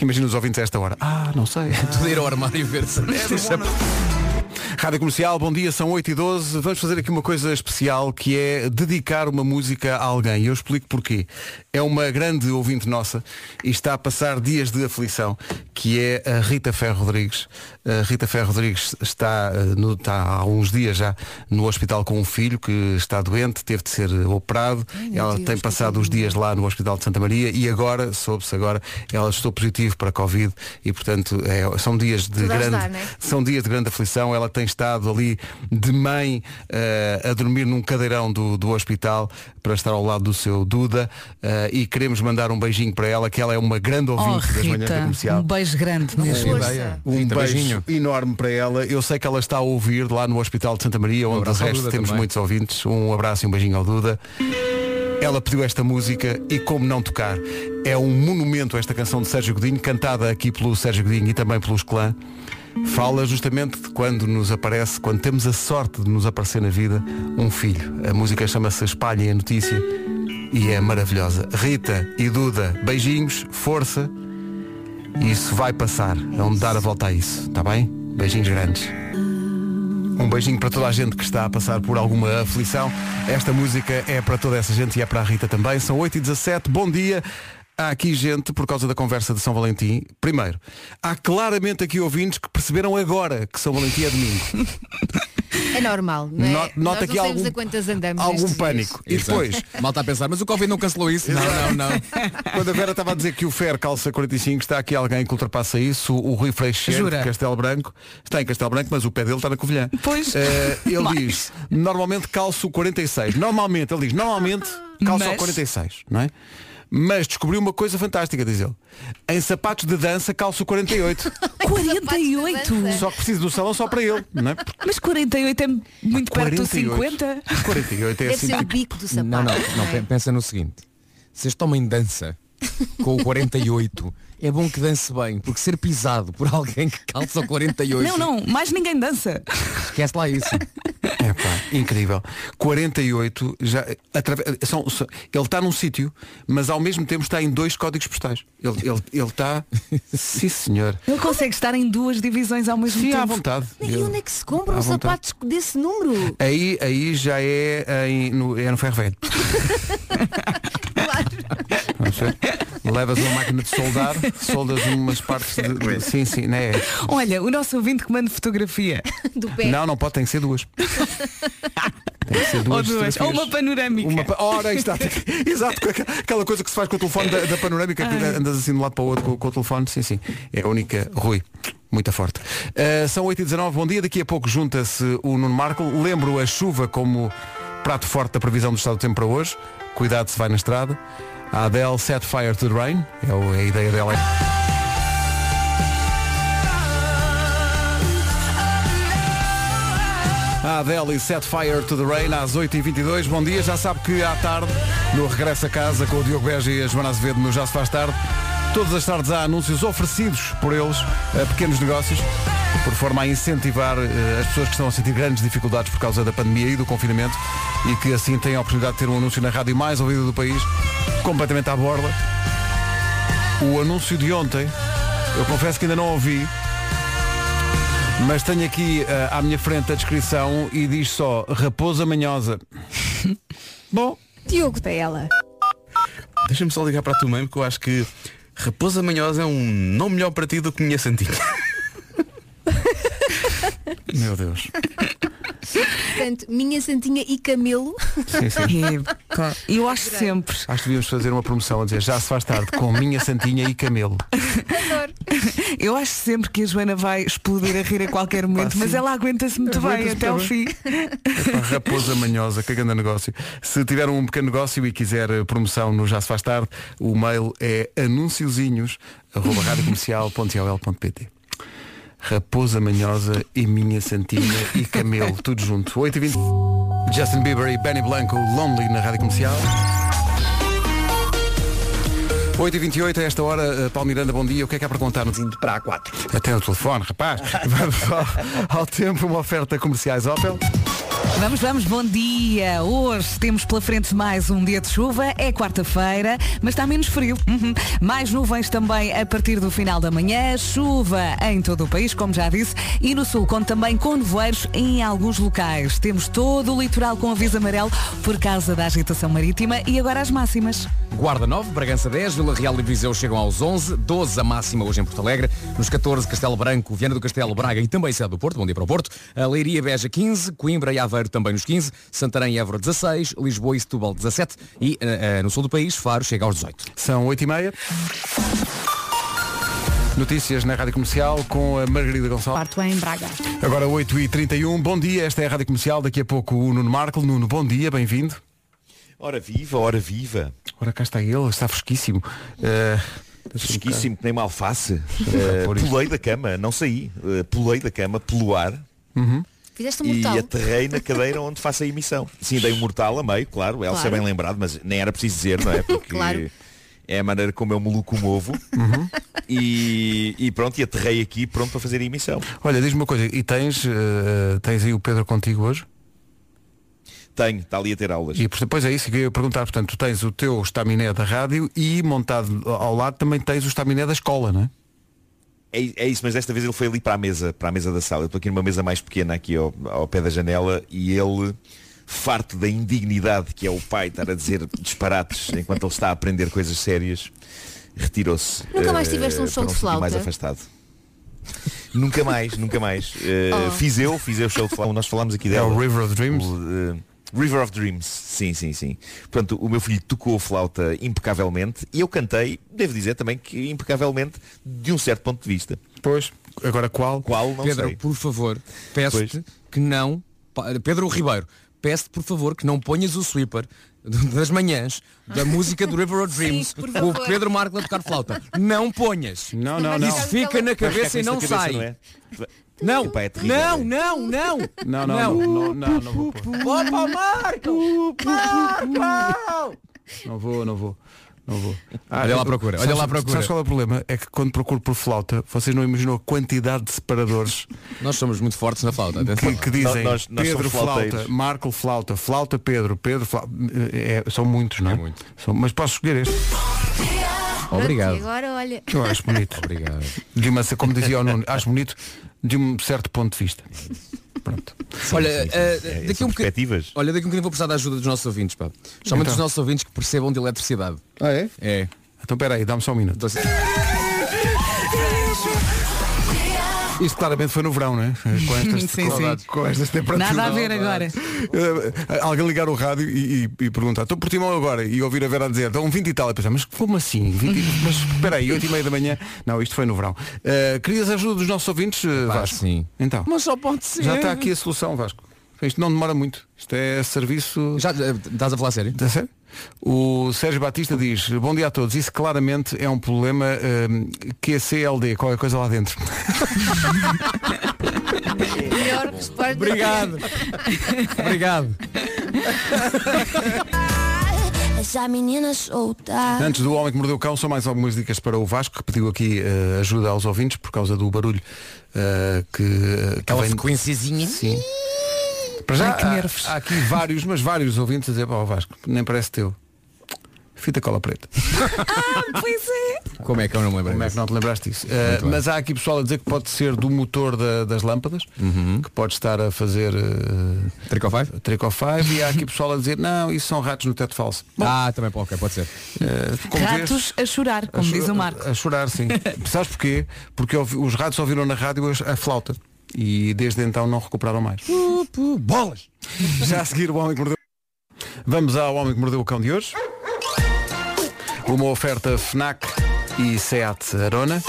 Speaker 2: Imagina os ouvintes a esta hora. Ah, não sei. É
Speaker 7: Tudo ir ao armário e ver se deixa
Speaker 2: Rádio Comercial, bom dia, são 8 e 12 Vamos fazer aqui uma coisa especial que é dedicar uma música a alguém. E eu explico porquê. É uma grande ouvinte nossa e está a passar dias de aflição, que é a Rita Ferro Rodrigues. A Rita Ferro Rodrigues está, eh, no- está há uns dias já no hospital com um filho que está doente, teve de ser operado. ela tem passado os dias lá no Hospital de Santa Maria e agora, soube-se agora, ela estou positivo para a Covid e, portanto, é- são dias de
Speaker 6: Tudo a
Speaker 2: grande
Speaker 6: ajudar, não é?
Speaker 2: são dias de grande aflição. Ela tem estado ali de mãe eh, a dormir num cadeirão do, do hospital para estar ao lado do seu Duda eh, e queremos mandar um beijinho para ela, que ela é uma grande
Speaker 4: Oh,
Speaker 2: ouvinte das manhãs da
Speaker 4: Rita, um
Speaker 2: comercial.
Speaker 4: beijo grande mesmo.
Speaker 6: Força.
Speaker 2: Um
Speaker 7: Rita,
Speaker 2: beijo
Speaker 7: beijinho.
Speaker 2: enorme para ela. Eu sei que ela está a ouvir lá no Hospital de Santa Maria, onde de
Speaker 7: Um abraço ao
Speaker 2: resto
Speaker 7: Duda
Speaker 2: temos
Speaker 7: também.
Speaker 2: muitos ouvintes. Um abraço e um beijinho ao Duda. Ela pediu esta música e como não tocar? É um monumento esta canção de Sérgio Godinho, cantada aqui pelo Sérgio Godinho e também pelos clã. Fala justamente de quando nos aparece, quando temos a sorte de nos aparecer na vida, um filho. A música chama-se Espalhem a Notícia e é maravilhosa. Rita e Duda, beijinhos, força. Isso vai passar. Não dar a volta a isso, está bem? Beijinhos grandes. Um beijinho para toda a gente que está a passar por alguma aflição. Esta música é para toda essa gente e é para a Rita também. São 8h17, bom dia. Há aqui gente, por causa da conversa de São Valentim, primeiro, há claramente aqui ouvintes que perceberam agora que São Valentim é domingo.
Speaker 6: É normal, não é?
Speaker 2: Not-
Speaker 6: Nós
Speaker 2: nota
Speaker 6: não
Speaker 2: aqui
Speaker 6: sabemos
Speaker 2: algum,
Speaker 6: a quantas andamos
Speaker 2: algum
Speaker 6: nestes dias.
Speaker 2: pânico. E depois,
Speaker 7: Mal está a pensar, mas o Covid não cancelou isso. Não, não, não.
Speaker 2: Quando a Vera estava a dizer que o Fer calça 45, está aqui alguém que ultrapassa isso, o Rui Freixeiro
Speaker 4: Jura?
Speaker 2: de Castelo Branco. Está em Castelo Branco, mas o pé dele está na Covilhã.
Speaker 4: Pois.
Speaker 2: Eh, ele
Speaker 4: Mais.
Speaker 2: diz, normalmente calço 46. Normalmente, ele diz, normalmente calço ao
Speaker 4: Mas-
Speaker 2: 46, não é? Mas descobri uma coisa fantástica, diz ele. Em sapatos de dança calço 48.
Speaker 4: 48?
Speaker 2: só que preciso do salão só para ele, não é? Porque
Speaker 4: Mas 48 é muito perto dos 50?
Speaker 2: 48 é
Speaker 6: Deve
Speaker 2: assim.
Speaker 4: um
Speaker 6: ser o bico do sapato.
Speaker 7: Não, não, não,
Speaker 6: é?
Speaker 7: pe- Pensa no seguinte. Se este homem dança com o 48, é bom que dance bem, porque ser pisado por alguém que calça o 48.
Speaker 4: Não, não, mais ninguém dança.
Speaker 7: Esquece lá isso.
Speaker 2: É pá, incrível. 48 já atrave- são- são- ele está num sítio, mas ao mesmo tempo está em dois códigos postais. Ele ele ele está Sim, senhor.
Speaker 4: Ele consegue estar em duas divisões ao mesmo
Speaker 2: Sim, à
Speaker 4: tempo.
Speaker 2: vontade.
Speaker 6: então, E onde é que se compram
Speaker 2: À
Speaker 6: os
Speaker 2: vontade.
Speaker 6: sapatos desse número?
Speaker 2: Aí, aí já é, em- no, é no ferro velho. Vamos ver. Levas uma máquina de soldar, soldas umas partes de. de- sim, sim, não é?
Speaker 4: Olha, o nosso ouvinte que manda fotografia.
Speaker 6: Do pé.
Speaker 2: Não, não pode, tem que ser duas. Tem que ser duas.
Speaker 4: ou duas.
Speaker 2: fotografias.
Speaker 4: Ou uma panorâmica.
Speaker 2: Uma pa- Ora, está. Exato, com aqua- aquela coisa que se faz com o telefone da, da panorâmica, que andas assim de um lado para o outro com, com o telefone. Sim, sim. É a única. Rui. Muito forte. Uh, são 8h19, bom dia. Daqui a pouco junta-se o Nuno Marco. Lembro a chuva como prato forte da previsão do estado do tempo para hoje. Cuidado se vai na estrada. A Adele set fire to the rain. É o- é a ideia dela. A Adele e Set Fire to the Rain às 8h22. Bom dia, já sabe que à tarde, no Regresso a Casa com o Diogo Beja e a Joana Azevedo no Já Se Faz Tarde, Todas as tardes há anúncios oferecidos por eles a pequenos negócios, por forma a incentivar eh, as pessoas que estão a sentir grandes dificuldades por causa da pandemia e do confinamento e que assim têm a oportunidade de ter um anúncio na rádio mais ouvida do país, completamente à borda. O anúncio de ontem, eu confesso que ainda não ouvi, mas tenho aqui eh, à minha frente a descrição e diz só Raposa Manhosa. Bom,
Speaker 6: Diogo Tela.
Speaker 5: Deixa-me só ligar para a tua mãe, porque eu acho que Raposa Manhosa é um nome melhor para ti do que minha Santinha.
Speaker 2: meu Deus.
Speaker 6: Portanto, minha Santinha e Camelo.
Speaker 4: E, pá, É, eu acho sempre.
Speaker 2: Acho que devíamos fazer uma promoção a dizer já se faz tarde com minha Santinha e Camelo.
Speaker 4: Eu acho sempre que a Joana vai explodir a rir a qualquer momento, mas ela aguenta-se muito bem
Speaker 2: Aguenta-se
Speaker 4: até ao
Speaker 2: bem.
Speaker 4: fim.
Speaker 2: Epá, Raposa Manhosa, que grande negócio. Se tiver um pequeno negócio e quiser eh, promoção no Já se faz tarde, o mail é anunciozinhos@radiocomercial.ol.pt. Raposa Manhosa e minha Santinha e Camelo, tudo junto. 8h20. Justin Bieber e Benny Blanco, Lonely na Rádio Comercial. 8h28, a esta hora, eh, Paulo Miranda, bom dia. O que é que há para contar no
Speaker 3: Indo para a 4.
Speaker 2: Até o telefone, rapaz. Vamos ao, ao tempo, uma oferta comerciais Opel.
Speaker 4: Vamos, vamos, bom dia. Hoje temos pela frente mais um dia de chuva. É quarta-feira, mas está menos frio. Uhum. Mais nuvens também a partir do final da manhã. Chuva em todo o país, como já disse. E no sul, conta também com nevoeiros em alguns locais. Temos todo o litoral com aviso amarelo por causa da agitação marítima. E agora as máximas.
Speaker 7: Guarda 9, Bragança 10, Vila Real e Viseu chegam aos 11, 12 a máxima hoje em Porto Alegre, nos 14 Castelo Branco, Viana do Castelo, Braga e também Cidade do Porto, bom dia para o Porto, a Leiria Beja 15, Coimbra e Aveiro também nos 15, Santarém e Évora 16, Lisboa e Setúbal 17 e eh, eh, no sul do país Faro chega aos 18.
Speaker 2: São 8 e meia. Notícias na Rádio Comercial com a Margarida Gonçalves.
Speaker 1: Parto em Braga.
Speaker 2: Agora 8 e 31 Bom dia, esta é a Rádio Comercial. Daqui a pouco o Nuno Marco. Nuno, bom dia, bem-vindo.
Speaker 8: Ora viva, ora viva.
Speaker 2: Ora cá está ele, está fresquíssimo. Eh, deixa-me cá.
Speaker 8: Fresquíssimo que nem uma alface.
Speaker 2: Vamos
Speaker 8: Eh,
Speaker 2: pôr isto.
Speaker 8: pulei da cama, não saí. Eh, pulei da cama, pelo ar
Speaker 6: Fizeste um
Speaker 8: e
Speaker 6: mortal.
Speaker 8: aterrei na cadeira onde faço a emissão. Sim, dei um mortal a meio, claro. Elsa é
Speaker 6: Claro.
Speaker 8: bem lembrado, mas nem era preciso dizer, não é? Porque
Speaker 6: Claro.
Speaker 8: é a maneira como eu me locomovo. E, e pronto, e aterrei aqui pronto para fazer a emissão.
Speaker 2: Olha, diz-me uma coisa, e tens, eh, tens aí o Pedro contigo hoje?
Speaker 8: Tenho, está ali a ter aulas.
Speaker 2: E por- depois é isso que eu ia perguntar. Portanto, tu tens o teu estaminé da rádio e montado ao lado também tens o estaminé da escola, não é?
Speaker 8: É, é isso, mas desta vez ele foi ali para a mesa, para a mesa da sala. Eu estou aqui numa mesa mais pequena aqui ao, ao pé da janela e ele, farto da indignidade que é o pai estar a dizer disparates enquanto ele está a aprender coisas sérias, retirou-se.
Speaker 6: Nunca mais
Speaker 8: eh,
Speaker 6: tiveste um
Speaker 8: para
Speaker 6: show de
Speaker 8: sítio
Speaker 6: flauta?
Speaker 8: Mais afastado. nunca mais, nunca mais. Eh,
Speaker 6: Oh.
Speaker 8: Fiz eu, fiz eu o show de flauta. Nós falámos aqui
Speaker 2: É
Speaker 8: dela.
Speaker 2: o River of Dreams.
Speaker 8: O, eh, River of Dreams, sim, sim, sim. Portanto, o meu filho tocou a flauta impecavelmente e eu cantei, devo dizer também que impecavelmente, de um certo ponto de vista.
Speaker 2: Pois, agora qual?
Speaker 8: Qual não
Speaker 7: Pedro,
Speaker 8: sei.
Speaker 7: por favor, peço-te
Speaker 8: Pois.
Speaker 7: que não. pa- Pedro Ribeiro, peço-te por favor que não ponhas o sweeper d- das manhãs da música do River of Dreams
Speaker 6: Sim, por
Speaker 7: com o
Speaker 6: favor.
Speaker 7: Pedro Marco a tocar flauta. Não ponhas.
Speaker 2: Não, não,
Speaker 6: Mas
Speaker 2: não.
Speaker 7: Isso fica na
Speaker 8: Mas
Speaker 7: cabeça e
Speaker 8: esquece
Speaker 7: não
Speaker 8: da cabeça,
Speaker 7: sai.
Speaker 8: não é?
Speaker 7: Não,
Speaker 8: Epá, é terrível,
Speaker 7: não,
Speaker 8: é.
Speaker 7: não,
Speaker 2: Não,
Speaker 7: não.
Speaker 2: não, não, não, não, não vou pôr.
Speaker 7: Opa, Marco! Marco!
Speaker 2: Não vou, não vou. Não vou. Ah,
Speaker 7: Olha lá à
Speaker 2: eu-
Speaker 7: procura, olha
Speaker 2: sabes-
Speaker 7: lá à procura.
Speaker 2: Sabes qual é o problema? É que quando procuro por flauta, vocês não imaginam a quantidade de separadores
Speaker 7: Nós somos muito fortes na flauta, atenção.
Speaker 2: que, que dizem
Speaker 8: Nós- nós
Speaker 2: Pedro
Speaker 8: somos flauteiros.
Speaker 2: flauta, Marco flauta, flauta Pedro, Pedro flauta. É, são muitos, não é?
Speaker 7: É muito.
Speaker 2: São- mas posso escolher este.
Speaker 6: Pronto,
Speaker 7: Obrigado.
Speaker 6: e agora olha.
Speaker 2: Eu acho bonito.
Speaker 7: Obrigado.
Speaker 2: De uma, como dizia o Nuno, acho bonito de um certo ponto de vista. Pronto.
Speaker 7: Olha,
Speaker 8: sim, sim.
Speaker 7: eh,
Speaker 8: É,
Speaker 7: daqui
Speaker 8: são
Speaker 7: um bocadinho.
Speaker 8: perspectivas.
Speaker 7: Olha, daqui um bocadinho vou precisar da ajuda dos nossos ouvintes, pá. Somente dos nossos ouvintes que percebam de eletricidade.
Speaker 2: Ah, é?
Speaker 7: É.
Speaker 2: Então peraí, dá-me só um minuto.
Speaker 7: Então, se-
Speaker 2: Isto claramente foi no verão, não é? Com estas,
Speaker 4: Sim,
Speaker 2: com,
Speaker 4: sim.
Speaker 2: com estas temperaturas.
Speaker 4: Nada a ver agora.
Speaker 2: Eh, alguém ligar o rádio e, e- e perguntar, estou por Timão agora, e ouvir a Vera a dizer, estão 20 e tal, e pensar, mas como assim? 20 e- mas espera aí, 8 e meia da manhã. Não, isto foi no verão. Eh, querias a ajuda dos nossos ouvintes, eh,
Speaker 7: Pá,
Speaker 2: Vasco?
Speaker 7: sim.
Speaker 2: Então,
Speaker 7: Mas só pode ser.
Speaker 2: já está aqui a solução, Vasco. Isto não demora muito. Isto é serviço.
Speaker 7: Já eh, estás a falar sério?
Speaker 2: Tá certo? O Sérgio Batista diz, bom dia a todos, isso claramente é um problema ehm, QCLD, qualquer coisa lá dentro.
Speaker 6: Melhor resposta.
Speaker 7: Obrigado. Obrigado.
Speaker 9: Deixa a menina
Speaker 4: Ah.
Speaker 9: soltar.
Speaker 2: Antes do Homem que Mordeu o Cão, só mais algumas dicas para o Vasco, que pediu aqui eh, ajuda aos ouvintes por causa do barulho eh, que, eh, que
Speaker 7: Aquela
Speaker 2: vem...
Speaker 7: frequenciazinha.
Speaker 2: Sim. Para já,
Speaker 4: Ai, que
Speaker 2: há-
Speaker 4: nervos.
Speaker 2: Há, aqui vários, mas vários ouvintes a dizer, pá, ó Vasco, nem parece teu. Fita cola preta.
Speaker 4: Pois é.
Speaker 7: Como é que eu não me lembro?
Speaker 2: Como é que não te lembraste disso? Eh, mas há aqui pessoal a dizer que pode ser do motor da- das lâmpadas,
Speaker 4: Uhum.
Speaker 2: que pode estar a fazer eh,
Speaker 7: Trick or five?
Speaker 2: trick or five, e há aqui pessoal a dizer, não, isso são ratos no teto falso. Bom,
Speaker 7: Ah, também pode, ok, pode ser.
Speaker 2: eh, como vês-
Speaker 4: Ratos a chorar, como
Speaker 2: A
Speaker 4: diz
Speaker 2: cho-
Speaker 4: o Marco.
Speaker 2: A chorar, sim. Sabes porquê? Porque ouvi- os ratos ouviram na rádio as- a flauta. E desde então não recuperaram mais. bolas! Já a seguir o Homem que Mordeu. Vamos ao Homem que Mordeu o Cão de hoje. Uma oferta FNAC e SEAT Arona.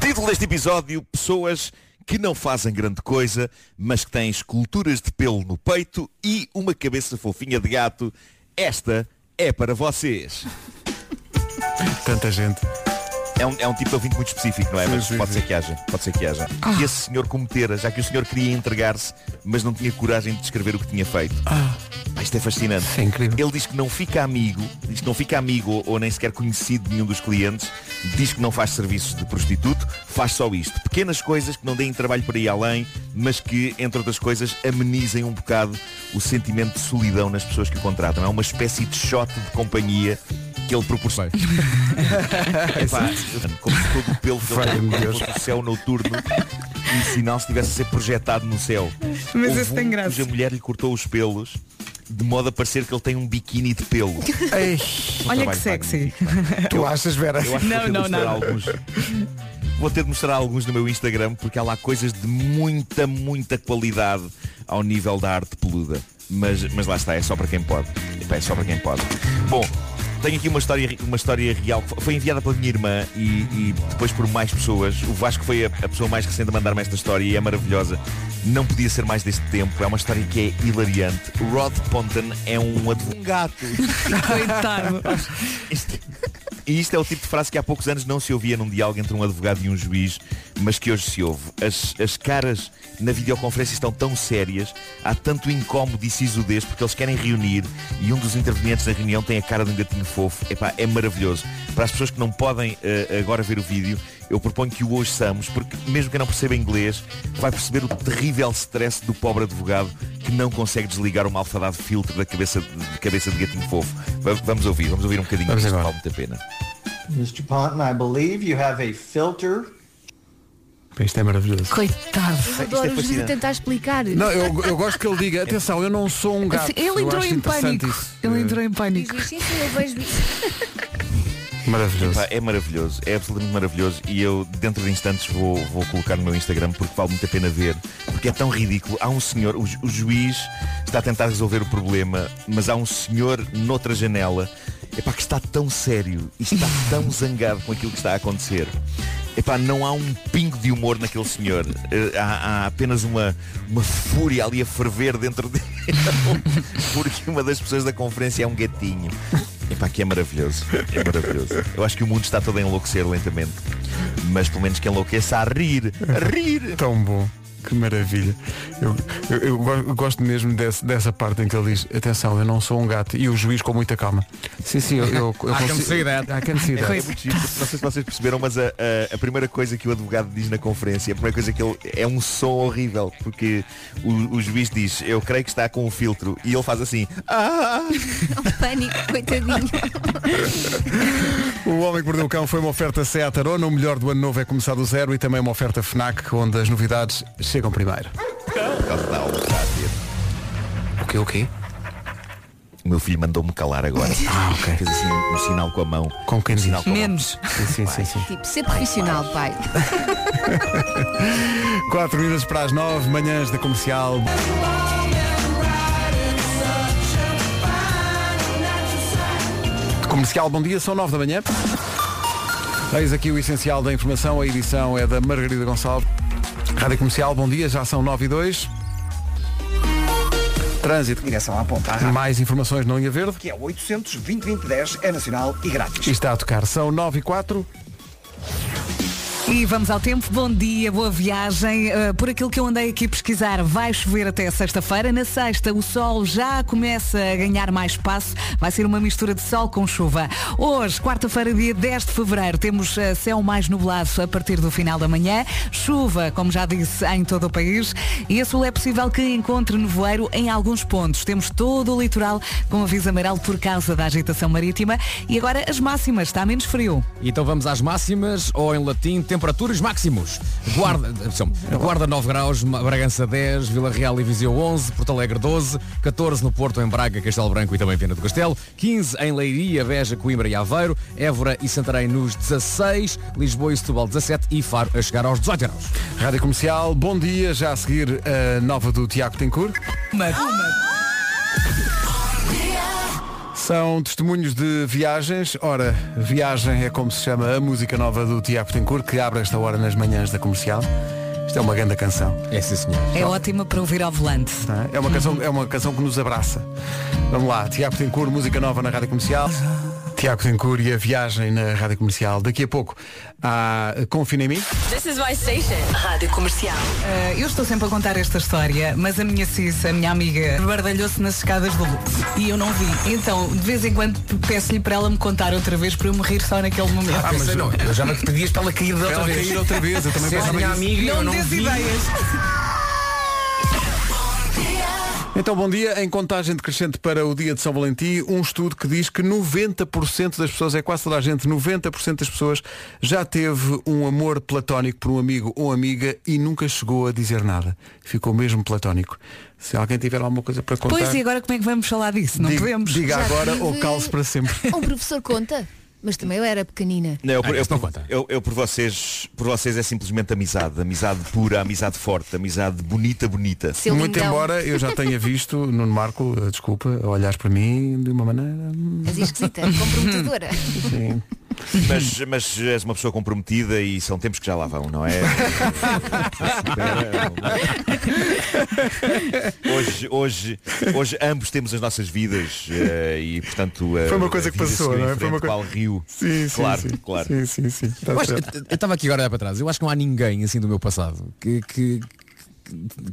Speaker 8: Título deste episódio, pessoas que não fazem grande coisa, mas que têm esculturas de pelo no peito e uma cabeça fofinha de gato. Esta é para vocês.
Speaker 2: Tanta gente.
Speaker 8: É um, é um tipo de ouvinte muito específico, não é? mas
Speaker 2: sim,
Speaker 8: pode ser que haja, pode ser que haja.
Speaker 2: Ah.
Speaker 8: E esse senhor cometera, já que o senhor queria entregar-se, mas não tinha coragem de descrever o que tinha feito. Pá, Isto é fascinante.
Speaker 2: Ah. Isso é incrível.
Speaker 8: Ele diz que não fica amigo, diz que não fica amigo ou, ou nem sequer conhecido de nenhum dos clientes, diz que não faz serviços de prostituto, faz só isto. Pequenas coisas que não deem trabalho para ir além, mas que, entre outras coisas, amenizem um bocado o sentimento de solidão nas pessoas que o contratam. É uma espécie de shot de companhia que ele proporciona. Epá, como se todo o pelo que ele
Speaker 2: Valha-me
Speaker 8: tem
Speaker 2: Deus.
Speaker 8: fosse o céu noturno e o sinal estivesse a ser projetado no céu.
Speaker 4: Mas
Speaker 8: Houve
Speaker 4: esse tem
Speaker 8: um
Speaker 4: graça.
Speaker 8: cuja mulher lhe cortou os pelos de modo a parecer que ele tem um biquíni de pelo.
Speaker 2: Ei,
Speaker 8: Um
Speaker 4: Olha que
Speaker 8: trabalho
Speaker 4: sexy.
Speaker 8: magnífico, pá.
Speaker 2: tu achas, Vera?
Speaker 8: Eu acho que
Speaker 4: Não,
Speaker 8: vou ter de
Speaker 4: não,
Speaker 8: mostrar
Speaker 4: nada.
Speaker 8: alguns. Vou ter de mostrar alguns no meu Instagram porque há lá coisas de muita, muita qualidade ao nível da arte peluda. Mas, mas lá está, é só para quem pode. Epá, É só para quem pode. Bom, tenho aqui uma história, uma história real que foi enviada pela minha irmã e, e depois por mais pessoas. O Vasco foi a, a pessoa mais recente a mandar-me esta história e é maravilhosa. Não podia ser mais deste tempo. É uma história que é hilariante. Rod Ponton é um advogado.
Speaker 4: Coitado.
Speaker 8: Isto- E isto é o tipo de frase que há poucos anos não se ouvia num diálogo entre um advogado e um juiz, mas que hoje se ouve. As, as caras na videoconferência estão tão sérias, há tanto incómodo e sisudez, porque eles querem reunir e um dos intervenientes da reunião tem a cara de um gatinho fofo. Epá, é maravilhoso. Para as pessoas que não podem eh, agora ver o vídeo, eu proponho que o ouçamos, porque mesmo quem não perceba inglês, vai perceber o terrível stress do pobre advogado que não consegue desligar o malfadado filtro da cabeça de, de cabeça de gatinho fofo. Va- Vamos ouvir, vamos ouvir um bocadinho.
Speaker 2: Vamos
Speaker 8: Isto
Speaker 2: agora.
Speaker 8: vale muito a pena.
Speaker 10: Mr. Ponton, I believe you have a filter.
Speaker 2: Isto é maravilhoso.
Speaker 4: Coitado.
Speaker 8: é
Speaker 6: Adoro os
Speaker 8: fascinante.
Speaker 6: a tentar explicar.
Speaker 2: Não, eu, eu gosto que ele diga, atenção, eu não sou um gato.
Speaker 4: Assim, Ele
Speaker 2: Eu
Speaker 4: entrou
Speaker 2: acho
Speaker 4: em
Speaker 2: interessante
Speaker 4: pânico.
Speaker 2: isso.
Speaker 4: Ele entrou em
Speaker 6: Diz,
Speaker 4: pânico.
Speaker 6: diz, sim, sim, eu vejo isso.
Speaker 2: Maravilhoso.
Speaker 8: Epá, é maravilhoso, é absolutamente maravilhoso e eu dentro de instantes vou, vou colocar no meu Instagram porque vale muito a pena ver, porque é tão ridículo. Há um senhor, o, ju- o juiz está a tentar resolver o problema, mas há um senhor noutra janela epá, que está tão sério e está tão zangado com aquilo que está a acontecer. Epá, não há um pingo de humor naquele senhor. Eh, Há, há apenas uma, uma fúria ali a ferver dentro dele. Porque uma das pessoas da conferência é um gatinho. Epá, que é maravilhoso. É maravilhoso. Eu acho que o mundo está todo a enlouquecer lentamente. Mas pelo menos que enlouqueça a rir. A rir.
Speaker 2: Tão bom, que maravilha. Eu, eu- eu go- eu gosto mesmo desse- dessa parte em que ele diz, atenção, eu não sou um gato. E o juiz com muita calma. Sim, sim, eu, eu, eu
Speaker 7: can
Speaker 2: consigo-
Speaker 7: see that.
Speaker 2: I can see
Speaker 8: É,
Speaker 2: that.
Speaker 8: é muito giro, porque não sei se vocês perceberam, mas a, a- a primeira coisa que o advogado diz na conferência, a primeira coisa que ele é um som horrível, porque o, o juiz diz, eu creio que está com um filtro, e ele faz assim, ah!
Speaker 6: É um pânico, coitadinho.
Speaker 2: O Homem que Mordeu o Cão foi uma oferta Seat Arona, o melhor do ano novo é começar do zero e também uma oferta FNAC, onde as novidades chegam primeiro.
Speaker 8: Por causa da aula que está a ter.
Speaker 2: O quê, o quê?
Speaker 8: O meu filho mandou-me calar agora. Ah, ok. Fez assim um sinal com a mão.
Speaker 2: Com quem
Speaker 8: um
Speaker 2: diz?
Speaker 8: sinal com a mão.
Speaker 4: Menos.
Speaker 2: Sim, sim, sim. sim.
Speaker 6: Tipo, ser profissional, pai.
Speaker 2: 4 minutos para as 9, manhãs da comercial. De Comercial, bom dia, são 9 da manhã. Eis aqui o essencial da informação, a edição é da Margarida Gonçalves. Rádio Comercial, bom dia, já são 9 e 2. Trânsito.
Speaker 3: Direção à ponta. à rádio,
Speaker 2: Mais informações na linha verde.
Speaker 3: Que é 800 20 20 10, é nacional e grátis.
Speaker 2: E está a tocar, são 9 e 4.
Speaker 4: E vamos ao tempo. Bom dia, boa viagem. Uh, por aquilo que eu andei aqui a pesquisar, vai chover até sexta-feira. Na sexta, o sol já começa a ganhar mais espaço. Vai ser uma mistura de sol com chuva. Hoje, quarta-feira, dia 10 de fevereiro, temos uh, céu mais nublado a partir do final da manhã. Chuva, como já disse, em todo o país. E a sul é possível que encontre nevoeiro em alguns pontos. Temos todo o litoral com aviso amarelo por causa da agitação marítima. E agora as máximas. Está menos frio.
Speaker 7: Então vamos às máximas, ou em latim, temperaturas máximos. Guarda, atenção, Guarda 9 graus, Bragança 10, Vila Real e Viseu 11, Porto Alegre 12, 14 no Porto, em Braga, Castelo Branco e também Viana do Castelo, 15 em Leiria, Beja, Coimbra e Aveiro, Évora e Santarém nos 16, Lisboa e Setúbal 17 e Faro a chegar aos 18 graus.
Speaker 2: Rádio Comercial, bom dia. Já a seguir a nova do Tiago Tencourt. São testemunhos de viagens. Ora, viagem é como se chama a música nova do Tiago Tencourt, que abre esta hora nas manhãs da comercial. Isto é uma grande canção.
Speaker 7: É sim, senhor.
Speaker 4: É ótima para ouvir ao volante.
Speaker 2: É uma canção, é uma canção que nos abraça. Vamos lá, Tiago Tencourt, música nova na Rádio Comercial. Tiago Tencourt e a viagem na Rádio Comercial. Daqui a pouco há Confina em mim.
Speaker 11: This is my station. Rádio Comercial.
Speaker 4: Uh, eu estou sempre a contar esta história, mas a minha Cissa, a minha amiga, bardalhou-se nas escadas do Lux e eu não vi. Então, de vez em quando peço-lhe para ela me contar outra vez para eu morrer só naquele momento.
Speaker 7: Ah, mas eu não, eu já não te pedias para ela cair de outra
Speaker 2: Ela
Speaker 7: vez.
Speaker 2: cair outra vez, eu também
Speaker 7: Se és
Speaker 2: pensava
Speaker 7: minha
Speaker 2: nisso.
Speaker 7: amiga, eu
Speaker 4: Não
Speaker 7: não
Speaker 4: me des
Speaker 7: vi.
Speaker 4: ideias.
Speaker 2: Então, bom dia. Em contagem decrescente para o dia de São Valentim, um estudo que diz que 90% das pessoas, é quase toda a gente, 90% das pessoas já teve um amor platónico por um amigo ou amiga e nunca chegou a dizer nada. Ficou mesmo platónico. Se alguém tiver alguma coisa para contar,
Speaker 4: Pois e agora como é que vamos falar disso? Não
Speaker 2: diga,
Speaker 4: podemos.
Speaker 2: diga
Speaker 6: Já
Speaker 2: agora
Speaker 6: tive-
Speaker 2: ou calce para sempre.
Speaker 6: Um professor conta, mas também eu era pequenina.
Speaker 8: Não, eu, por-
Speaker 7: Ah,
Speaker 2: então
Speaker 8: eu
Speaker 7: isso não
Speaker 8: por-
Speaker 7: conta.
Speaker 8: eu- eu por vocês, por vocês é simplesmente amizade, amizade pura, amizade forte, amizade bonita, bonita.
Speaker 4: então.
Speaker 6: Seu
Speaker 2: Muito
Speaker 6: lindão.
Speaker 2: embora eu já tenha visto, Nuno Marco, eh, desculpa, olhares para mim de uma maneira. assim, hum,
Speaker 6: Mas esquisita, comprometedora.
Speaker 2: Sim.
Speaker 8: Mas, mas és uma pessoa comprometida e são tempos que já lá vão, não é? hoje, hoje, hoje ambos temos as nossas vidas eh, e portanto eh,
Speaker 2: Foi uma coisa
Speaker 8: a
Speaker 2: que
Speaker 8: vida
Speaker 2: passou,
Speaker 8: seguiu em
Speaker 2: não é? Foi uma
Speaker 8: frente,
Speaker 2: coisa-
Speaker 8: qual rio.
Speaker 2: Sim, sim,
Speaker 8: claro,
Speaker 2: sim.
Speaker 8: claro.
Speaker 2: Sim, sim, sim. Está
Speaker 7: Eu acho-
Speaker 2: certo.
Speaker 7: eu estava aqui agora a olhar para trás. Eu acho que não há ninguém assim do meu passado que, que, que-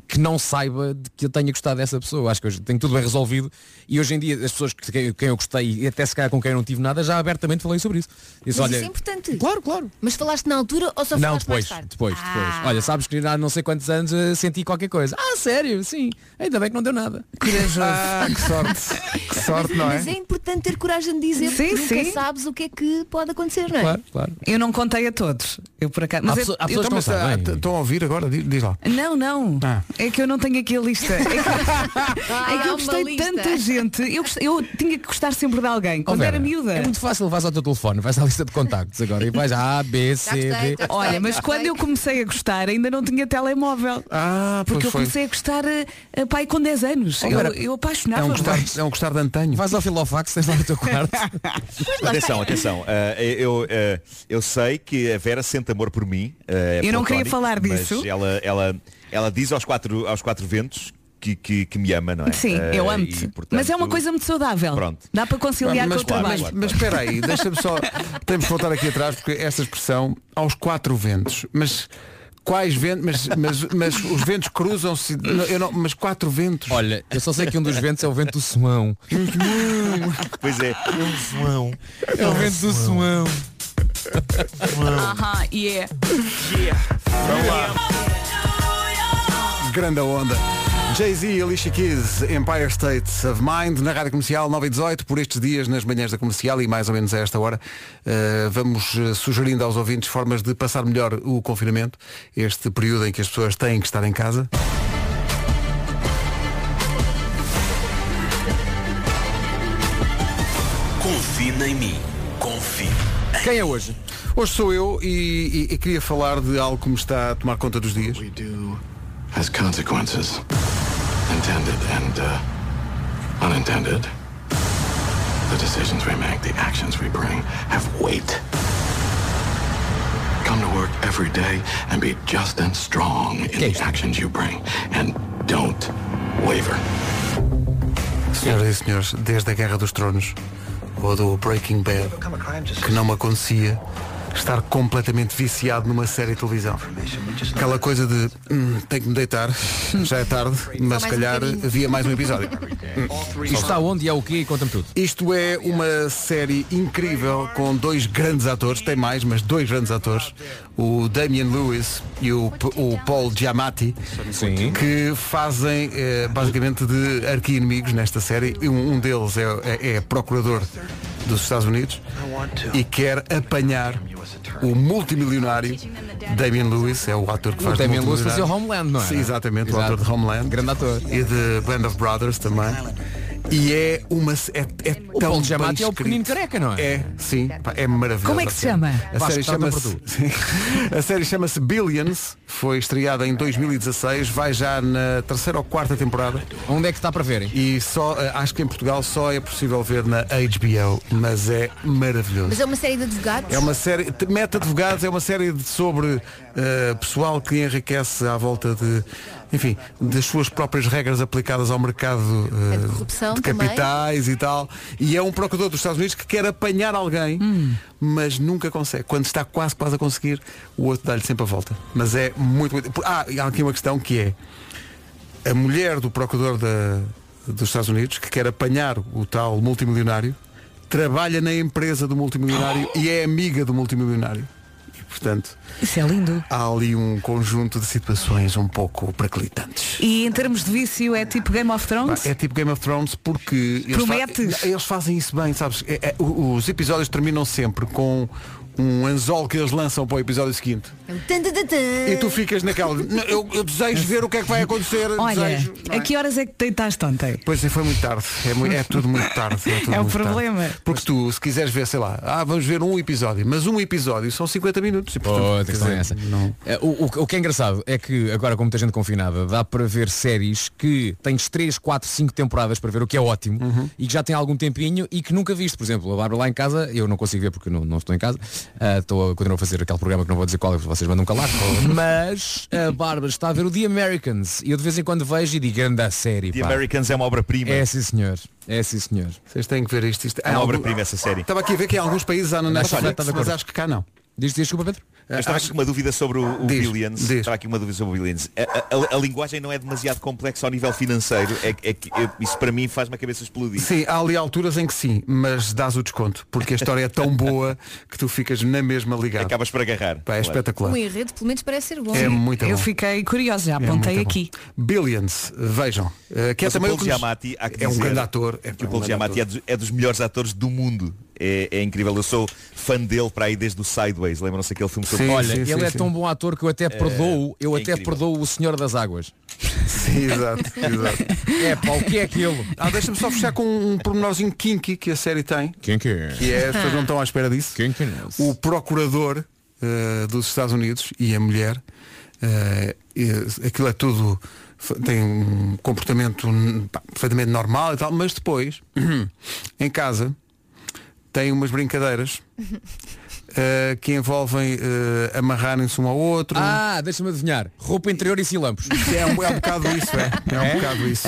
Speaker 7: que não saiba de que eu tenha gostado dessa pessoa. Eu Acho que eu tenho tudo bem resolvido e hoje em dia as pessoas que quem, quem eu gostei e até se calhar com quem eu não tive nada já abertamente falei sobre isso. Disse,
Speaker 6: Mas isso é importante.
Speaker 7: Claro, claro.
Speaker 6: Mas falaste na altura ou só
Speaker 7: Não,
Speaker 6: falaste
Speaker 7: depois,
Speaker 6: mais tarde?
Speaker 7: depois, depois.
Speaker 6: Ah.
Speaker 7: Olha, sabes que há não sei quantos anos eh, senti qualquer coisa. Ah, sério? Sim. Ainda bem que não deu nada.
Speaker 2: Ah, que sorte. Que sorte, não é?
Speaker 6: Mas é importante ter coragem de dizer
Speaker 4: Sim,
Speaker 6: porque nunca
Speaker 4: sim.
Speaker 6: sabes o que é que pode acontecer, não é?
Speaker 7: Claro, claro.
Speaker 4: Eu não contei a todos. Eu por acaso.
Speaker 7: Há
Speaker 4: Mas
Speaker 7: pessoa- há
Speaker 4: eu-
Speaker 7: pessoas que
Speaker 2: Então,
Speaker 7: não
Speaker 2: mas, ah,
Speaker 7: sabem.
Speaker 2: t- Estão a ouvir agora? Diz diz lá.
Speaker 4: Não, não.
Speaker 2: Ah.
Speaker 4: É que eu não tenho aqui a lista. É que,
Speaker 6: Ah,
Speaker 4: é que
Speaker 6: há
Speaker 4: eu
Speaker 6: uma
Speaker 4: gostei de
Speaker 6: lista.
Speaker 4: tanta gente. Eu, gost- eu tinha que gostar sempre de alguém.
Speaker 7: Oh,
Speaker 4: Quando
Speaker 7: Vera,
Speaker 4: era miúda.
Speaker 7: É muito fácil, vais ao teu telefone, vais à lista de contactos agora e vais A, B, C,
Speaker 6: gostei,
Speaker 7: D.
Speaker 6: já gostei.
Speaker 4: Olha, mas quando eu comecei a gostar ainda não tinha telemóvel.
Speaker 2: Ah,
Speaker 4: Porque
Speaker 2: pois
Speaker 4: eu
Speaker 2: foi.
Speaker 4: comecei a gostar eh, a, pai com 10 anos. eu,
Speaker 7: Vera,
Speaker 4: eu
Speaker 2: É um,
Speaker 4: apaixonava-me.
Speaker 2: gostar, é um gostar de antanho.
Speaker 7: Vais ao filofax, tens lá no teu quarto.
Speaker 8: Atenção, atenção. Ah, eu, ah, eu sei que a Vera sente amor por mim. ah, é
Speaker 4: Eu não
Speaker 8: platónico,
Speaker 4: queria falar
Speaker 8: mas
Speaker 4: disso.
Speaker 8: Ela, ela, ela diz aos quatro, aos quatro ventos que, que, que me ama, não é?
Speaker 4: Sim,
Speaker 2: né?
Speaker 8: Ah,
Speaker 4: eu
Speaker 8: e,
Speaker 4: amo-te.
Speaker 8: portanto,
Speaker 4: Mas é uma coisa muito saudável.
Speaker 8: Pronto.
Speaker 4: Dá para conciliar com
Speaker 2: mas,
Speaker 4: o trabalho.
Speaker 2: mas- mas espera aí, deixa-me só. Temos que voltar aqui atrás porque esta expressão aos quatro ventos. Mas quais ventos? Mas, mas, mas os ventos cruzam-se. Não, eu não- mas quatro ventos.
Speaker 7: Olha, eu só sei que um dos ventos é o vento do suão.
Speaker 8: Pois é.
Speaker 7: É o vento do suão.
Speaker 4: Aham, e é.
Speaker 2: Grande onda. Jay-Z e Alicia Keys, Empire State of Mind, na Rádio Comercial 9 e 18, por estes dias, nas manhãs da comercial e mais ou menos a esta hora, eh, vamos eh, sugerindo aos ouvintes formas de passar melhor o confinamento, este período em que as pessoas têm que estar em casa.
Speaker 12: Confina em mim. Confia.
Speaker 7: Quem é hoje?
Speaker 2: Hoje sou eu e, e- e queria falar de algo que me está a tomar conta dos dias.
Speaker 12: We do has consequences. Intended and uh, unintended. The decisions we make, the actions we bring have weight. Come to work every day and be just and strong in the actions you bring. And don't waver.
Speaker 2: Senhoras e senhores, desde a Guerra dos Tronos ou do Breaking Bad, que não me acontecia, estar completamente viciado numa série de televisão. Aquela coisa de hum, tenho que me deitar, já é tarde, mas se
Speaker 7: mais um
Speaker 2: calhar
Speaker 7: bocadinho.
Speaker 2: havia mais um episódio. Hum.
Speaker 7: Isto está onde e é o quê? Conta-me tudo.
Speaker 2: Isto é uma série incrível com dois grandes atores, tem mais, mas dois grandes atores, o Damian Lewis e o, P- o Paul Giamatti, que fazem eh, basicamente de arqui-inimigos nesta série. E Um, um deles é, é- é procurador dos Estados Unidos e quer apanhar o multimilionário Damian Lewis, é o ator que
Speaker 7: O
Speaker 2: faz de
Speaker 7: Damian Lewis
Speaker 2: multimilionário.
Speaker 7: fazia o Homeland, não é?
Speaker 2: Sim, exatamente, o
Speaker 7: Exato.
Speaker 2: ator de Homeland. Grande ator. E de Band of Brothers também. E é uma. É, é
Speaker 7: O
Speaker 2: tão
Speaker 7: Paulo
Speaker 2: bem
Speaker 7: Giamatti é o
Speaker 2: escrito.
Speaker 7: pequenino careca, não é?
Speaker 2: É, sim, pá, é maravilhoso.
Speaker 7: Como é que se chama?
Speaker 2: A
Speaker 7: Vasco,
Speaker 2: série
Speaker 7: trata-me
Speaker 2: chama-se Sim. A série chama-se Billions, foi estreada em 2016, vai já na terceira ou quarta temporada.
Speaker 7: Onde é que está para verem?
Speaker 2: E só, eh, acho que em Portugal só é possível ver na HBO, mas é maravilhoso.
Speaker 6: Mas é uma série de advogados.
Speaker 2: É uma série, te- Meta Advogados é uma série de- sobre eh, pessoal que enriquece à volta de, enfim, das suas próprias regras aplicadas ao mercado eh,
Speaker 6: de corrupção
Speaker 2: de
Speaker 6: também.
Speaker 2: capitais e tal. E é um procurador dos Estados Unidos que quer apanhar alguém, mas nunca consegue. Quando está quase, quase a conseguir, o outro dá-lhe sempre a volta. Mas é muito, muito... Ah, e há aqui uma questão que é a mulher do procurador da- dos Estados Unidos, que quer apanhar o tal multimilionário, trabalha na empresa do multimilionário e é amiga do multimilionário. E, portanto,
Speaker 4: Isso é lindo.
Speaker 2: há ali um conjunto de situações um pouco perclitantes.
Speaker 4: E em termos de vício é tipo Game of Thrones?
Speaker 2: É tipo Game of Thrones porque eles, fa-
Speaker 4: Prometes?
Speaker 2: eles fazem isso bem, sabes? É- é- o- os episódios terminam sempre com um anzol que eles lançam para o episódio seguinte.
Speaker 6: É Tan, tan, tan, tan.
Speaker 2: E tu ficas naquela. "Não, Eu, eu desejo ver o que é que vai acontecer.
Speaker 4: Olha,
Speaker 2: desejo, não é?
Speaker 4: a que horas é que deitaste ontem?
Speaker 2: Pois é, foi muito tarde. É, mui- é tudo muito tarde. É, tudo
Speaker 4: É o
Speaker 2: muito
Speaker 4: problema.
Speaker 2: tarde. Porque tu, se quiseres ver, sei lá, ah, vamos ver um episódio, mas um episódio são 50 minutos. E, portanto,
Speaker 7: Pô, a
Speaker 2: quer
Speaker 8: então
Speaker 2: dizer,
Speaker 7: questão é essa. Eh, O, o- o que é engraçado é que agora com muita gente confinada dá para ver séries que tens 3, 4, 5 temporadas para ver, o que é ótimo,
Speaker 8: Uhum.
Speaker 7: e que já tem algum tempinho e que nunca viste. Por exemplo, a Bárbara lá em casa, eu não consigo ver porque não, não estou em casa, ah, estou a continuar a fazer aquele programa que não vou dizer qual é, vocês mandam calar. Mas a Bárbara está a ver o The Americans e eu de vez em quando vejo e digo grande a série.
Speaker 8: The
Speaker 7: pá."
Speaker 8: Americans é uma obra-prima.
Speaker 7: É sim senhor, é sim senhor.
Speaker 2: Vocês têm que ver isto. isto
Speaker 8: É uma obra-prima essa série.
Speaker 2: Estava aqui a ver que em alguns países há no
Speaker 8: Mas olha,
Speaker 2: Netflix,
Speaker 8: está de
Speaker 2: mas,
Speaker 8: acordo.
Speaker 2: acho que cá não.
Speaker 7: Diz, diz, desculpa, Pedro.
Speaker 8: Eu estava aqui com uma dúvida sobre o, o Billions. Estava aqui com uma dúvida sobre o Billions. A, a- a- a linguagem não é demasiado complexa ao nível financeiro. É, que- é que eu- isso para mim faz-me a cabeça explodir.
Speaker 2: Sim, há ali alturas em que sim, mas dás o desconto, porque a história é tão boa que tu ficas na mesma ligada.
Speaker 8: Acabas por agarrar.
Speaker 2: Pá, é espetacular.
Speaker 6: O Um enredo pelo menos parece ser bom.
Speaker 2: É muito
Speaker 4: Eu
Speaker 2: bom.
Speaker 4: fiquei curiosa, já
Speaker 2: É
Speaker 4: apontei
Speaker 2: muito bom.
Speaker 4: aqui.
Speaker 2: Billions, vejam. Eh, que é
Speaker 8: Mas
Speaker 2: também
Speaker 8: o Paul
Speaker 2: que nos-
Speaker 8: Giamatti, há que
Speaker 2: é um
Speaker 8: dizer
Speaker 2: grande ator. É
Speaker 8: que o
Speaker 2: um
Speaker 8: Paul
Speaker 2: grande
Speaker 8: Giamatti é, do- é dos melhores atores do mundo. É, é incrível. Eu sou fã dele para aí desde o Sideways. Lembram-se aquele filme sobre
Speaker 7: Olha, ele é tão bom ator que eu até
Speaker 8: É,
Speaker 7: perdoo, eu
Speaker 8: é
Speaker 7: até
Speaker 8: incrível.
Speaker 7: perdoo o Senhor das Águas.
Speaker 8: é
Speaker 2: Sim, exato, exato.
Speaker 7: É pá, o que é aquilo?
Speaker 2: Ah, deixa-me só fechar com um pormenorzinho kinky que a série tem.
Speaker 7: Kinky.
Speaker 2: Que é, as pessoas não estão à espera disso. O procurador eh, dos Estados Unidos e a mulher. eh, eh, aquilo é tudo. f- Tem um comportamento hum, pá, perfeitamente normal e tal, mas depois, em casa, tem umas brincadeiras eh, que envolvem eh, amarrarem-se um ao outro.
Speaker 7: Ah, deixa-me adivinhar. Roupa interior e silampos.
Speaker 2: É um, é um bocado isso, é. É um
Speaker 7: É?
Speaker 2: bocado isso.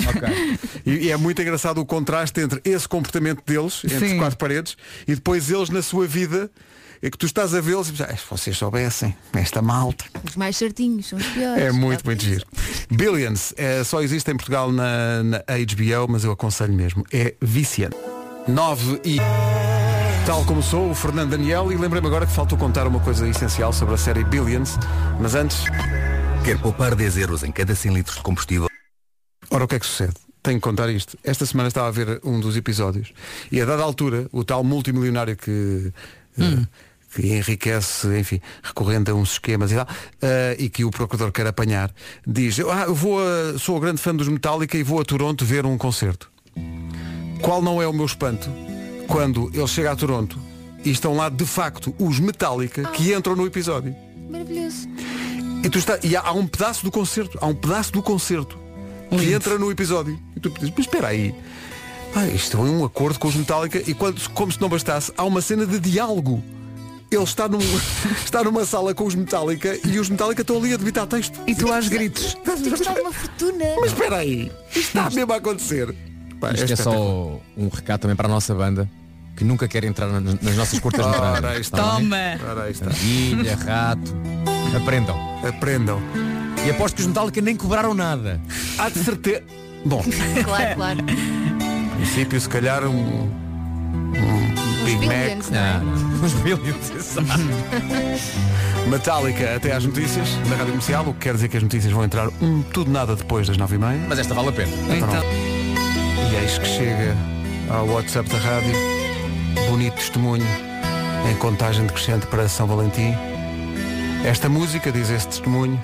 Speaker 2: E, e é muito engraçado o contraste entre esse comportamento deles, entre
Speaker 7: Sim.
Speaker 2: quatro paredes, e depois eles na sua vida, é que tu estás a vê-los e pensas, "Ah, se vocês soubessem, esta malta.
Speaker 6: Os mais certinhos, são os piores.
Speaker 2: É muito, muito giro. Billions eh, só existe em Portugal na, na HBO, mas eu aconselho mesmo. É viciante. 9 e. Tal como sou, o Fernando Daniel, e lembrei-me agora que faltou contar uma coisa essencial sobre a série Billions, mas antes.
Speaker 13: Quer poupar 10 euros em cada 100 litros de combustível?
Speaker 2: Ora, o que é que sucede? Tenho que contar isto. Esta semana estava a ver um dos episódios e a dada altura, o tal multimilionário que, eh, que enriquece, enfim, recorrendo a uns esquemas e tal, eh, e que o procurador quer apanhar, diz, ah, eu vou a- sou grande fã dos Metallica e vou a Toronto ver um concerto. Qual não é o meu espanto quando ele chega a Toronto e estão lá de facto os Metallica que entram no episódio?
Speaker 6: Maravilhoso.
Speaker 2: E, tu está, e há, há um pedaço do concerto, há um pedaço do concerto que entra no episódio. E tu dizes, mas espera aí, ah, isto é um acordo com os Metallica e quando, como se não bastasse, há uma cena de diálogo. Ele está, num, está numa sala com os Metallica e os Metallica estão ali a debitar texto. E tu aos gritos.
Speaker 6: Temos alguma fortuna.
Speaker 2: Mas espera aí, isto está mesmo a acontecer. Pá,
Speaker 7: Isto é
Speaker 2: espetacular.
Speaker 7: só um recado também para a nossa banda. que nunca quer entrar nas, nas nossas curtas
Speaker 2: Ora,
Speaker 7: metragens.
Speaker 2: aí está.
Speaker 7: Está bem?
Speaker 2: Toma. Ora, aí está.
Speaker 7: Ilha, rato. Aprendam.
Speaker 2: Aprendam.
Speaker 7: E aposto que os Metallica nem cobraram nada.
Speaker 2: Há de certeza. Bom,
Speaker 6: Claro, claro.
Speaker 2: em princípio, se calhar um. Um Big
Speaker 6: billions,
Speaker 2: Mac.
Speaker 6: não é?
Speaker 7: Uns billions, exato.
Speaker 2: Metallica até às notícias da Rádio Comercial, o que quer dizer que as notícias vão entrar um tudo nada depois das nove e meia.
Speaker 7: Mas esta vale a pena.
Speaker 2: Então. E eis que chega ao WhatsApp da rádio, bonito testemunho, em contagem decrescente para São Valentim. Esta música, diz esse testemunho,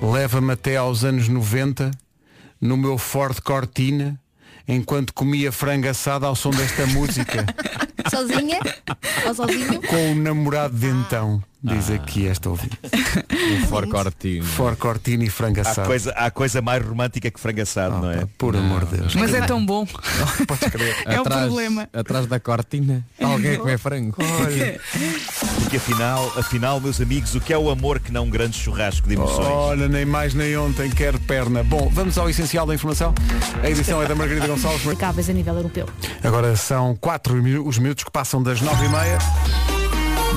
Speaker 2: leva-me até aos anos 90, no meu Ford Cortina, enquanto comia frango assado ao som desta música,
Speaker 6: Sozinha? Ou sozinho?
Speaker 2: com o namorado de então, diz aqui esta ouvinte.
Speaker 7: Um for cortinho.
Speaker 2: Ford Cortina e frango
Speaker 8: Há
Speaker 2: assado.
Speaker 8: coisa, há coisa mais romântica que frango
Speaker 2: Ah,
Speaker 8: assado, não é?
Speaker 2: Por amor de Deus.
Speaker 4: Mas é tão bom.
Speaker 2: Podes crer.
Speaker 4: É o problema.
Speaker 7: Atrás da cortina, alguém come frango.
Speaker 2: Olha.
Speaker 8: Porque afinal, afinal, meus amigos, o que é o amor que não um grande churrasco de emoções?
Speaker 2: Olha, nem mais nem ontem, quer perna. Bom, vamos ao essencial da informação. A edição é da Margarida Gonçalves.
Speaker 1: Aplicáveis a nível europeu.
Speaker 2: Agora são 4 os minutos que passam das 9 e meia.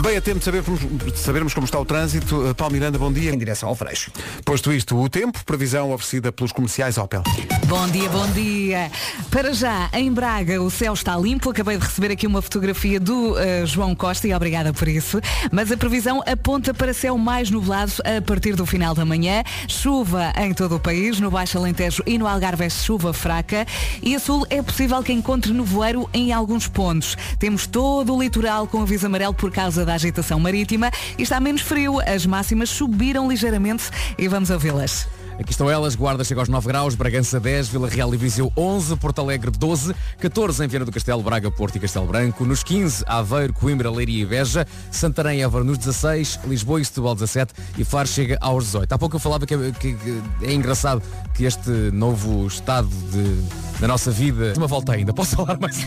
Speaker 2: Bem a tempo de sabermos, de sabermos como está o trânsito. Uh, Paulo Miranda, bom dia. Em
Speaker 3: direção ao Freixo.
Speaker 2: Posto isto, o tempo, previsão oferecida pelos comerciais Opel.
Speaker 4: Bom dia, bom dia. Para já, em Braga, o céu está limpo. Acabei de receber aqui uma fotografia do eh, João Costa e obrigada por isso. Mas a previsão aponta para céu mais nublado a partir do final da manhã. Chuva em todo o país, no Baixo Alentejo e no Algarve é chuva fraca. E a sul é possível que encontre nevoeiro em alguns pontos. Temos todo o litoral com aviso amarelo por causa da agitação marítima e está menos frio. As máximas subiram ligeiramente e vamos ouvi-las.
Speaker 7: Aqui estão elas, Guarda chega aos 9 graus, Bragança 10, Vila Real e Viseu 11, Porto Alegre 12, 14 em Viana do Castelo, Braga, Porto e Castelo Branco, nos 15, Aveiro, Coimbra, Leiria e Beja, Santarém e Évora nos 16, Lisboa e Setúbal 17 e Faro chega aos 18. Há pouco eu falava que é, que- que é engraçado que este novo estado de- da nossa vida... Uma volta ainda, posso falar mais?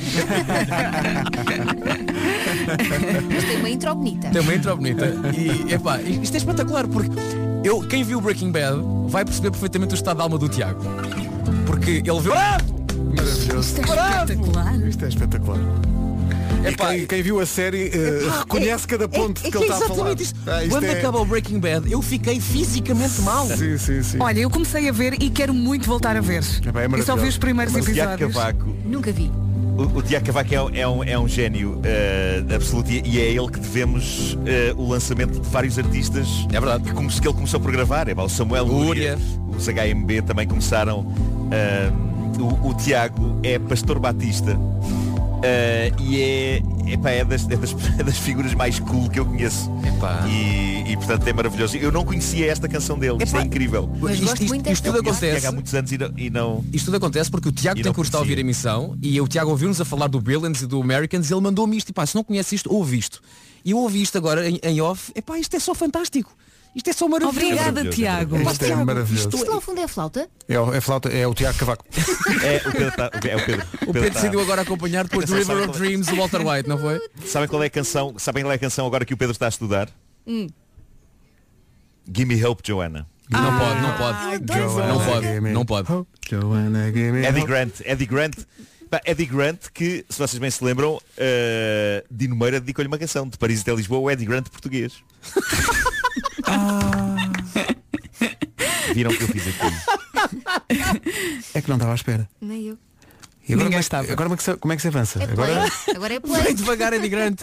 Speaker 6: Mas tem uma intro bonita.
Speaker 7: Tem uma intro bonita. E, epá, isto é espetacular, porque eu, quem viu Breaking Bad vai perceber perfeitamente o estado de alma do Tiago. Porque ele viu... Ah! é
Speaker 2: Maravilhoso. Ah!
Speaker 4: espetacular.
Speaker 2: Isto é espetacular.
Speaker 7: Epá,
Speaker 2: E quem viu a série eh, reconhece cada ponto
Speaker 7: é- é
Speaker 2: que ele está a falar.
Speaker 7: exatamente isto.
Speaker 2: Ah, isto
Speaker 7: Quando
Speaker 2: é-
Speaker 7: acaba o Breaking Bad, eu fiquei fisicamente mal.
Speaker 2: Sim, sim, sim.
Speaker 4: Olha, eu comecei a ver e quero muito voltar a ver.
Speaker 2: bem, é
Speaker 4: e só vi os
Speaker 2: maravilhoso.
Speaker 4: primeiros
Speaker 8: Mas o Tiago
Speaker 4: episódios.
Speaker 8: Cavaco,
Speaker 6: Nunca vi.
Speaker 8: o, o Tiago Cavaco é, um- é um, é um gênio eh, absoluto e e é a ele que devemos eh, o lançamento de vários artistas
Speaker 7: é verdade.
Speaker 8: Que, come- que ele começou por gravar. É, pá, o Samuel
Speaker 7: Lúria.
Speaker 8: Lúria, os HMB também começaram. eh, o, o Tiago é pastor batista eh, e é, epá, é, das, é das- é das figuras mais cool que eu conheço. E, e, portanto é maravilhoso. Eu não conhecia esta canção dele, isto é incrível.
Speaker 7: Mas Isto- gosto isto- muito isto desta. tudo
Speaker 8: Eu conheço o
Speaker 7: acontece.
Speaker 8: Tiago há muitos anos e não- e não
Speaker 7: Isto tudo acontece porque o Tiago
Speaker 8: E
Speaker 7: tem
Speaker 8: não
Speaker 7: que estar a
Speaker 8: conhecia.
Speaker 7: ouvir a emissão e o Tiago ouviu-nos a falar do Billions e do Americans e ele mandou-me isto e pá, se não conhece isto, ouve isto. E eu ouvi isto agora em, em off, epá, isto é só fantástico. Isto é só maravilhoso.
Speaker 4: Obrigada,
Speaker 8: Maravilhoso,
Speaker 4: Tiago.
Speaker 2: Isto
Speaker 7: Pá,
Speaker 2: é
Speaker 7: Tiago,
Speaker 2: maravilhoso.
Speaker 7: isto
Speaker 6: Isto lá ao fundo é a flauta?
Speaker 2: É, o- é flauta- é o Tiago Cavaco.
Speaker 8: É, o Pedro tá- é o Pedro.
Speaker 7: O Pedro
Speaker 8: tá-
Speaker 7: decidiu agora acompanhar depois do
Speaker 8: Não sei
Speaker 7: River
Speaker 8: só
Speaker 7: of
Speaker 8: qual é.
Speaker 7: Dreams, do Walter White, não foi?
Speaker 8: Sabem qual é a canção? Sabem qual é a canção agora que o Pedro está a estudar?
Speaker 6: Hum.
Speaker 8: Gimme Help, Joanna.
Speaker 7: não pode, não pode.
Speaker 2: é.
Speaker 7: Não pode, não pode.
Speaker 2: Oh,
Speaker 8: Eddie Grant, Eddie Grant. Pá, Eddie Grant, que, se vocês bem se lembram, eh, Dino Meira dedicou-lhe uma canção de Paris até Lisboa, o Eddie Grant português.
Speaker 2: Ah.
Speaker 8: Viram o que eu fiz aqui?
Speaker 2: É que não estava à espera.
Speaker 6: Nem eu.
Speaker 2: E agora, como é, que- agora como é que se- como é que se avança?
Speaker 6: É play.
Speaker 2: agora
Speaker 6: Agora é
Speaker 7: Bem
Speaker 6: play.
Speaker 7: devagar, Eddie Grant.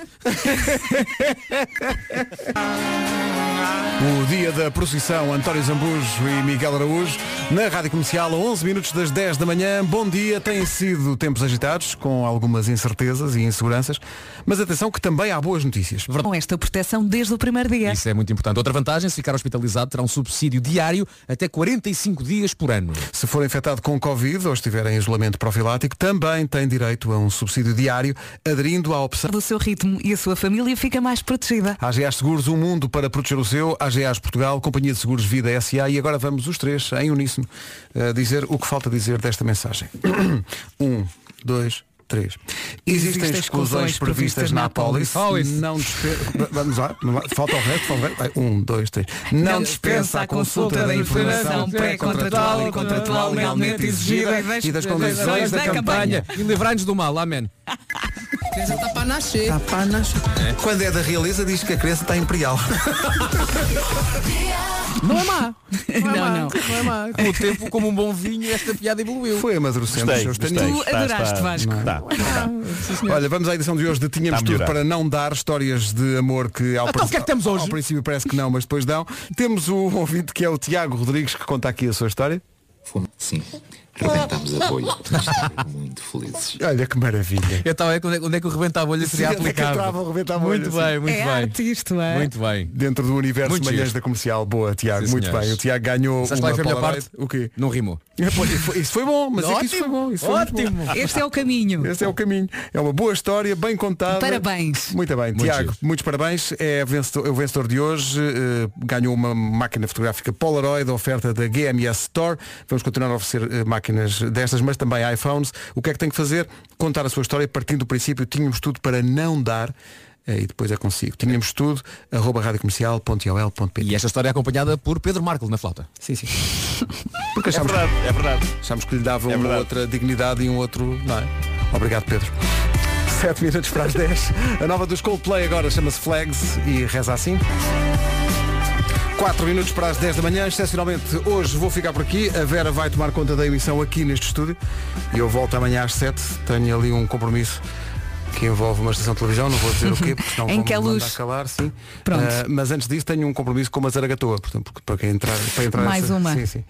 Speaker 2: O dia da procissão, António Zambujo e Miguel Araújo, na Rádio Comercial, a 11 minutos das 10 da manhã. Bom dia, têm sido tempos agitados, com algumas incertezas e inseguranças, mas atenção que também há boas notícias.
Speaker 4: Com esta proteção desde o primeiro dia.
Speaker 7: Isso é muito importante. Outra vantagem, se ficar hospitalizado, terá um subsídio diário até 45 dias por ano.
Speaker 2: Se for infectado com Covid ou estiver em isolamento profilático, também tem direito a um subsídio diário, aderindo à opção.
Speaker 4: Do seu ritmo e a sua família fica mais protegida.
Speaker 2: AGA Seguros, um mundo para proteger o seu, AGAs Portugal, Companhia de Seguros Vida SA e agora vamos os três, em uníssono, eh, dizer o que falta dizer desta mensagem. um, dois, três. Existem,
Speaker 4: Existem
Speaker 2: exclusões
Speaker 4: exclusões
Speaker 2: previstas
Speaker 4: previstas
Speaker 2: na
Speaker 4: na
Speaker 2: apólice.
Speaker 7: apólice.
Speaker 2: Não dispensa. Vamos lá, vamos lá. falta o resto, falta o resto. Vai, Um, dois, três. Não, dispensa a consulta da informação pré-contratual e contratual legalmente exigida e das condições da campanha.
Speaker 7: E livrar-nos do mal, amém.
Speaker 14: criança está para nascer.
Speaker 2: Está para nascer. Quando é da realeza diz que a criança está imperial.
Speaker 4: Não é má. Não, é
Speaker 14: Não,
Speaker 4: má.
Speaker 14: não.
Speaker 4: é má.
Speaker 7: Com o tempo, como um bom vinho, esta piada evoluiu.
Speaker 2: Foi amadurecendo os
Speaker 8: Gostei,
Speaker 2: seus
Speaker 8: gostei.
Speaker 2: taninhos.
Speaker 4: Tu Está, adoraste, está. Vasco.
Speaker 2: Não é?
Speaker 8: Tá.
Speaker 2: Olha, vamos à edição de hoje de Tínhamos
Speaker 8: Está a
Speaker 2: Tudo
Speaker 8: melhorar.
Speaker 2: para Não Dar, histórias de amor que ao,
Speaker 7: Então, o que é que temos hoje?
Speaker 2: ao princípio parece que não, mas depois dão. Temos o ouvinte que é o Tiago Rodrigues que conta aqui a sua história.
Speaker 13: Sim, arrebentámos a bolha. Estamos muito felizes.
Speaker 2: Olha que maravilha.
Speaker 7: Eu estava a ver onde é que- onde é que o rebenta a bolha seria
Speaker 2: Sim, onde é que
Speaker 7: aplicado.
Speaker 2: entrava o rebenta a bolha,
Speaker 7: Muito
Speaker 2: sim.
Speaker 7: bem, muito
Speaker 4: É
Speaker 7: bem.
Speaker 4: arte isto, é?
Speaker 7: Muito bem.
Speaker 2: Dentro do universo
Speaker 7: Muito
Speaker 2: Manhãs
Speaker 7: giro.
Speaker 2: da Comercial. Boa, Tiago,
Speaker 7: Sim,
Speaker 2: muito
Speaker 7: senhores.
Speaker 2: bem. O Tiago ganhou
Speaker 7: Sabes
Speaker 2: uma
Speaker 7: qual é que foi a melhor
Speaker 2: Polaroid.
Speaker 7: parte?
Speaker 2: O quê?
Speaker 7: Não rimou.
Speaker 2: Pois, foi- Isso foi bom, mas é que isso foi bom. Isso foi muito bom.
Speaker 4: Este é o caminho.
Speaker 2: Esse é o caminho. É uma boa história, bem contada.
Speaker 4: Parabéns.
Speaker 2: Muito bem,
Speaker 7: Muito
Speaker 2: Tiago,
Speaker 7: giro.
Speaker 2: muitos parabéns. É vencedor- é o vencedor de hoje. eh, ganhou uma máquina fotográfica Polaroid, oferta da GMS Store. Vamos continuar a oferecer eh, máquinas destas, mas também iPhones. O que é que tem que fazer? Contar a sua história partindo do princípio. Tínhamos tudo para não dar. eh, E depois é consigo. Tínhamos tudo, arroba radiocomercial.ol.pt
Speaker 7: E esta história é acompanhada por Pedro Marco na flauta.
Speaker 2: Sim, sim. Porque
Speaker 8: É
Speaker 2: achamos,
Speaker 8: verdade, é verdade.
Speaker 2: achamos que lhe dava
Speaker 8: É
Speaker 2: uma
Speaker 8: verdade.
Speaker 2: outra dignidade e um outro. Não é? Obrigado, Pedro. 7 minutos para as 10. A nova dos Coldplay agora chama-se Flags e reza assim. 4 minutos para as 10 da manhã, excepcionalmente hoje vou ficar por aqui. A Vera vai tomar conta da emissão aqui neste estúdio e eu volto amanhã às 7. Tenho ali um compromisso que envolve uma estação de televisão, não vou dizer o quê, porque senão
Speaker 4: Em
Speaker 2: vou
Speaker 4: que é
Speaker 2: me mandar
Speaker 4: luz.
Speaker 2: calar, sim.
Speaker 4: Pronto.
Speaker 2: Ah, mas antes disso tenho um compromisso com uma zaragatoa, portanto, porque para quem entrar, para entrar
Speaker 4: Mais
Speaker 2: nessa-
Speaker 4: uma.
Speaker 2: Sim, sim.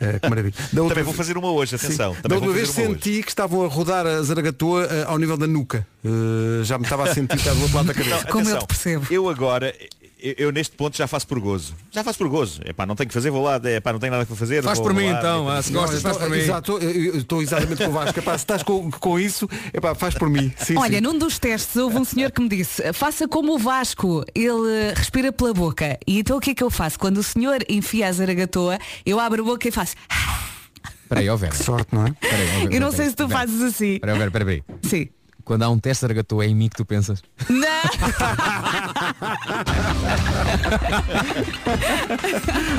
Speaker 2: Ah, que maravilha. Da outra
Speaker 8: Também vou fazer uma hoje, atenção.
Speaker 2: da
Speaker 8: Também
Speaker 2: última
Speaker 8: vou
Speaker 2: vez
Speaker 8: fazer uma hoje.
Speaker 2: senti que estavam a rodar a zaragatoa eh, ao nível da nuca. Eh, já me estava a sentir que estava do outro lado da cabeça.
Speaker 4: Como eu te percebo.
Speaker 8: Então, Eu agora, eu, eu neste ponto já faço por gozo. Já faço por gozo. É pá, não tenho que fazer, vou lá, é pá, não tenho nada que fazer.
Speaker 7: Faz
Speaker 8: vou
Speaker 7: por mim
Speaker 8: lá,
Speaker 7: então,
Speaker 8: meto-
Speaker 7: ah, se gostas, faz por mim.
Speaker 2: Exato, eu- eu estou exatamente com o Vasco. Epá, se estás com, com isso, epá, faz por mim. Sim,
Speaker 4: Olha,
Speaker 2: sim.
Speaker 4: num dos testes houve um senhor que me disse faça como o Vasco, ele eh, respira pela boca. E então o que é que eu faço? Quando o senhor enfia a zaragatoa, eu abro a boca e faço.
Speaker 7: Espera aí, ó Vera.
Speaker 2: Que sorte, não é?
Speaker 7: Espera aí, ó, Vera,
Speaker 4: Eu não
Speaker 7: espera
Speaker 4: sei
Speaker 7: aí.
Speaker 4: se tu
Speaker 7: Vera,
Speaker 4: fazes assim.
Speaker 7: Espera aí, ó, Vera, espera aí.
Speaker 4: Sim.
Speaker 7: Quando há um teste de argatoa é em mim que tu pensas.
Speaker 4: Não!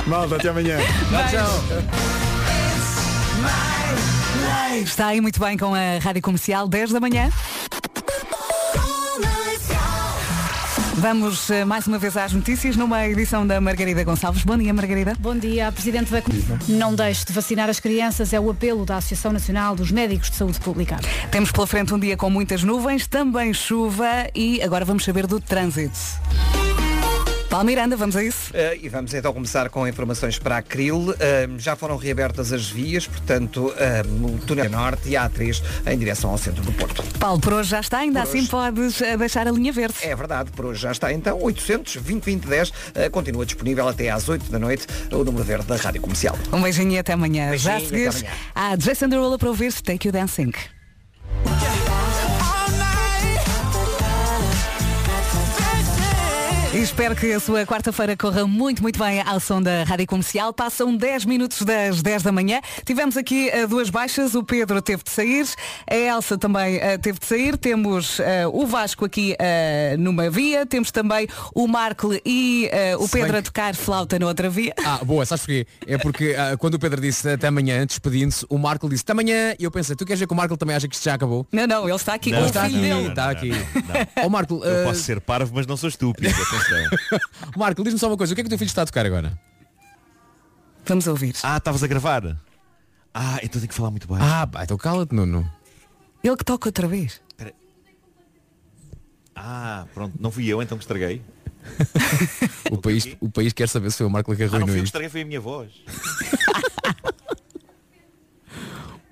Speaker 2: Malta, até amanhã.
Speaker 4: Está aí muito bem com a Rádio Comercial, 10 da manhã. Vamos eh, mais uma vez às notícias numa edição da Margarida Gonçalves. Bom dia, Margarida.
Speaker 1: Bom dia, Presidente da Comissão. Não deixe de vacinar as crianças, é o apelo da Associação Nacional dos Médicos de Saúde Pública.
Speaker 4: Temos pela frente um dia com muitas nuvens, também chuva e agora vamos saber do trânsito. Paulo Miranda, vamos a isso?
Speaker 3: Eh, e vamos então começar com informações para a Cril. já foram reabertas as vias, portanto, no o túnel norte e a A3 em direção ao centro do Porto.
Speaker 4: Paulo, por hoje já está, ainda assim podes eh, deixar a linha verde.
Speaker 3: É verdade, por hoje já está então. 800 20 20 10 eh, continua disponível até às 8 da noite o número verde da Rádio Comercial.
Speaker 4: Um beijinho e até amanhã.
Speaker 3: Beijinho,
Speaker 4: já a seguir,
Speaker 3: até amanhã.
Speaker 4: há Jason Derulo para ouvir Take You Dancing. E espero que a sua quarta-feira corra muito, muito bem ao som da Rádio Comercial. Passam 10 minutos das 10 da manhã. Tivemos aqui eh, duas baixas. O Pedro teve de sair. A Elsa também eh, teve de sair. Temos eh, o Vasco aqui eh, numa via. Temos também o Marco e eh, o
Speaker 7: Se bem
Speaker 4: Pedro a
Speaker 7: que-
Speaker 4: tocar flauta na outra via.
Speaker 7: Ah, boa, sabes porquê? É porque ah, quando o Pedro disse até amanhã, despedindo-se, o Marco disse até amanhã e eu pensei, tu queres ver que o Marco também acha que isto já acabou?
Speaker 4: Não, não, ele está aqui.
Speaker 8: Não,
Speaker 4: o
Speaker 8: não,
Speaker 4: filho
Speaker 8: não,
Speaker 4: dele.
Speaker 8: não,
Speaker 7: Está Tá aqui. Ó Marco,
Speaker 8: Eu
Speaker 7: ah,
Speaker 8: posso ser parvo, mas não sou estúpido. Atenção.
Speaker 7: Marco, diz-me só uma coisa, o que é que o teu filho está a tocar agora?
Speaker 4: Vamos ouvir.
Speaker 8: ah, estavas a gravar? Ah, então tenho que falar muito baixo.
Speaker 7: Ah, pá, então cala-te, Nuno.
Speaker 4: Ele que toca outra vez.
Speaker 8: Ah, pronto, não fui eu então que estraguei.
Speaker 7: O país, o país quer saber se foi o Marco que
Speaker 8: Ah, não
Speaker 7: arruinou
Speaker 8: fui eu que
Speaker 7: isto.
Speaker 8: estraguei, foi a minha voz.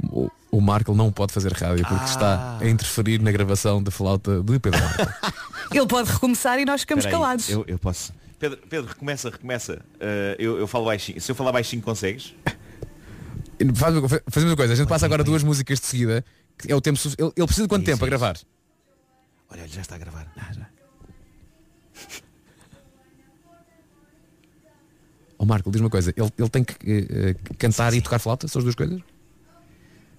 Speaker 7: O, o Marco não pode fazer rádio porque está a interferir na gravação da flauta de Pedro Marco.
Speaker 4: Ele pode recomeçar e nós ficamos
Speaker 8: Espera aí,
Speaker 4: calados.
Speaker 8: Eu, eu posso. Pedro, Pedro, recomeça, recomeça. Ah, eu, eu falo baixinho. Se eu falar baixinho, consegues?
Speaker 7: E faz- Fazemos uma coisa, a gente passa
Speaker 8: um
Speaker 7: agora duas músicas de seguida. que É o tempo, sufici- ele, ele precisa de quanto
Speaker 8: Isso,
Speaker 7: tempo a
Speaker 8: isso.
Speaker 7: gravar?
Speaker 8: Olha, olha, já está a gravar. Ah, já.
Speaker 7: Ó Oh, Marco, diz uma coisa, ele, ele tem que eh, eh, cantar e tocar flauta? São as duas coisas?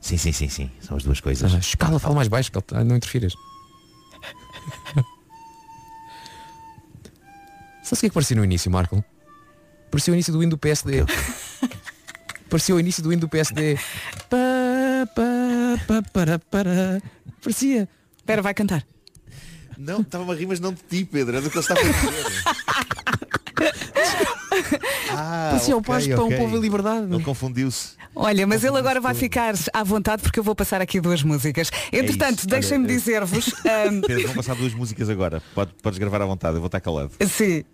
Speaker 8: Sim, sim, sim, sim. São as duas coisas.
Speaker 7: Ah, escala, fala mais baixo, que ele tá- não interfiras. Sabe o que é que parecia no início, Marco? Parecia o início do hino do PSD. parecia o início do hino do PSD. Pa, pa, pa, para, para. Parecia.
Speaker 4: Espera, vai cantar.
Speaker 8: Não, estava a rir, mas não de ti, Pedro. É do que ele estava a dizer. ah,
Speaker 4: Passeou
Speaker 8: ok,
Speaker 4: paz para um
Speaker 8: ok.
Speaker 4: povo e liberdade.
Speaker 8: Ele confundiu-se.
Speaker 4: Olha, mas ele agora vai ficar à vontade porque eu vou passar aqui duas músicas. Entretanto,
Speaker 8: é- isso.
Speaker 4: deixem-me
Speaker 8: Olha, eu-
Speaker 4: dizer-vos.
Speaker 8: Pedro, vão
Speaker 4: ahm,
Speaker 8: passar duas músicas agora. Pode- podes gravar à vontade, eu vou estar calado.
Speaker 4: Sim.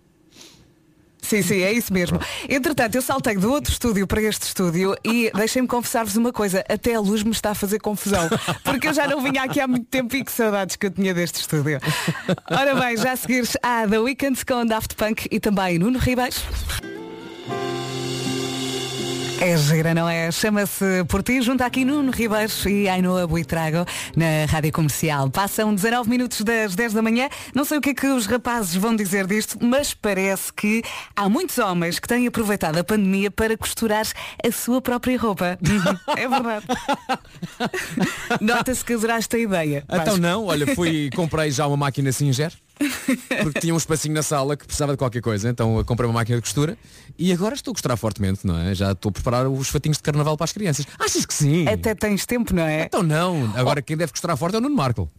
Speaker 4: Sim, sim, é isso mesmo. Entretanto, eu saltei do outro estúdio para este estúdio e deixem-me confessar-vos uma coisa, até a luz me está a fazer confusão, porque eu já não vinha aqui há muito tempo e que saudades que eu tinha deste estúdio. Ora bem, já a seguir a The Weeknd com Daft Punk e também Nuno Ribeiro. É gira, não é? Chama-se Por Ti, junto aqui Nuno Ribeiro e Ainoa Buitrago na Rádio Comercial. Passam 19 minutos das 10 da manhã. Não sei o que é que os rapazes vão dizer disto, mas parece que há muitos homens que têm aproveitado a pandemia para costurar a sua própria roupa. Uhum, é verdade. Nota-se que adoraste a ideia.
Speaker 7: Então
Speaker 4: Vasco.
Speaker 7: não, olha, fui comprei já uma máquina Singer porque tinha um espacinho na sala que precisava de qualquer coisa, então eu comprei uma máquina de costura e agora estou a costurar fortemente, não é? Já estou a preparar os fatinhos de carnaval para as crianças. Achas que sim?
Speaker 4: Até tens tempo, não é?
Speaker 7: Então não, agora quem deve costurar forte é o Nuno Marco.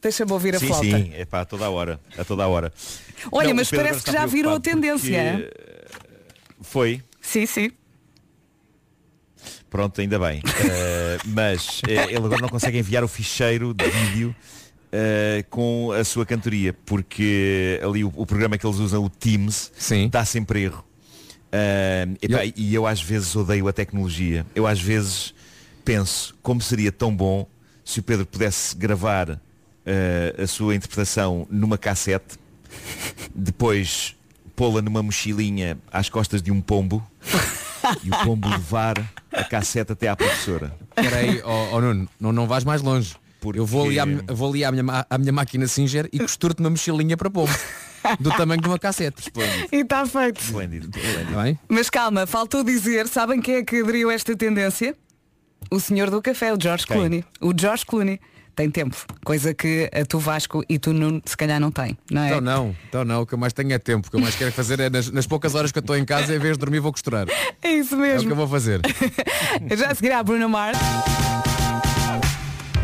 Speaker 4: Deixa-me ouvir a
Speaker 8: sim,
Speaker 4: flauta.
Speaker 8: sim, é pá, a toda a hora. A toda a hora.
Speaker 4: Olha,
Speaker 8: o
Speaker 4: mas
Speaker 8: Pedro
Speaker 4: parece
Speaker 8: agora
Speaker 4: que
Speaker 8: está
Speaker 4: já virou a
Speaker 8: preocupado
Speaker 4: tendência,
Speaker 8: porque, eh, Foi.
Speaker 4: Sim, sim.
Speaker 8: Pronto, ainda bem. Eh, mas eh, ele agora não consegue enviar o ficheiro de vídeo eh, com a sua cantoria, porque ali o, o programa que eles usam, o Teams, dá sempre erro. Eh, epá, E eu às vezes odeio a tecnologia. Eu às vezes penso como seria tão bom se o Pedro pudesse gravar eh, a sua interpretação numa cassete, depois pô-la numa mochilinha às costas de um pombo e o pombo levar a cassete até à professora.
Speaker 7: Peraí, ó ó Nuno, não, não vais mais longe. Eu vou ali, à, mi- vou ali à minha, ma- à minha máquina Singer e costuro-te uma mochilinha para pombo. Do tamanho de uma cassete.
Speaker 4: E está feito.
Speaker 8: Esplêndido, esplêndido.
Speaker 7: Bem?
Speaker 4: Mas calma, faltou dizer, sabem quem é que aderiu a esta tendência? O senhor do café, o George
Speaker 7: Quem?
Speaker 4: Clooney. O George Clooney tem tempo, coisa que a tu Vasco e tu Nuno se calhar não têm, não é?
Speaker 7: Então não, então não, o que eu mais tenho é tempo. O que eu mais quero fazer é nas, nas poucas horas que eu estou em casa, em vez de dormir vou costurar.
Speaker 4: É isso
Speaker 7: É o que
Speaker 4: mesmo.
Speaker 7: eu vou fazer.
Speaker 4: Já a seguir a Bruno Mars.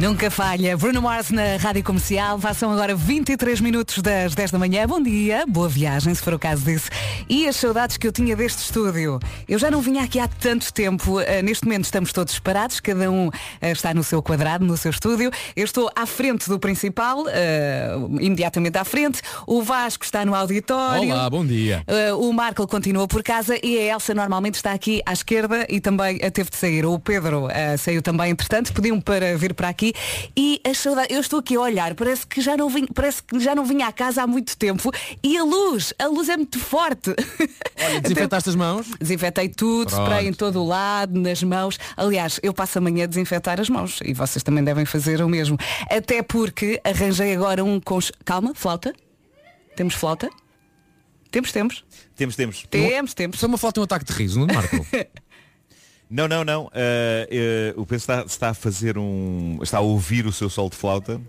Speaker 4: Nunca falha. Bruno Mars na Rádio Comercial. Façam agora 23 minutos das 10 da manhã. Bom dia, boa viagem, se for o caso disso. E as saudades que eu tinha deste estúdio. Eu já não vinha aqui há tanto tempo. Eh, neste momento estamos todos separados, cada um eh, está no seu quadrado, no seu estúdio. Eu estou à frente do principal, eh, imediatamente à frente. O Vasco está no auditório.
Speaker 7: Olá, bom dia.
Speaker 4: Uh, o Marco continua por casa e a Elsa normalmente está aqui à esquerda e também uh, teve de sair. O Pedro uh, saiu também, entretanto, pediu-me para vir para aqui e a saudade, eu estou aqui a olhar, parece que já não vim, parece que já não vinha à casa há muito tempo e a luz, a luz é muito forte. Olha,
Speaker 7: desinfetaste as mãos?
Speaker 4: Desinfetei tudo,
Speaker 7: Pronto.
Speaker 4: spray em todo o lado, nas mãos. Aliás, eu passo amanhã a desinfetar as mãos e vocês também devem fazer o mesmo. Até porque arranjei agora um cons... Calma, flauta. Temos flauta? Temos, temos.
Speaker 8: Temos, temos.
Speaker 4: Temos, temos.
Speaker 7: Só uma falta um ataque de riso, não é, Marco?
Speaker 8: Não, não, não. Uh, uh, o Pedro está, está a fazer um. está a ouvir o seu sol de flauta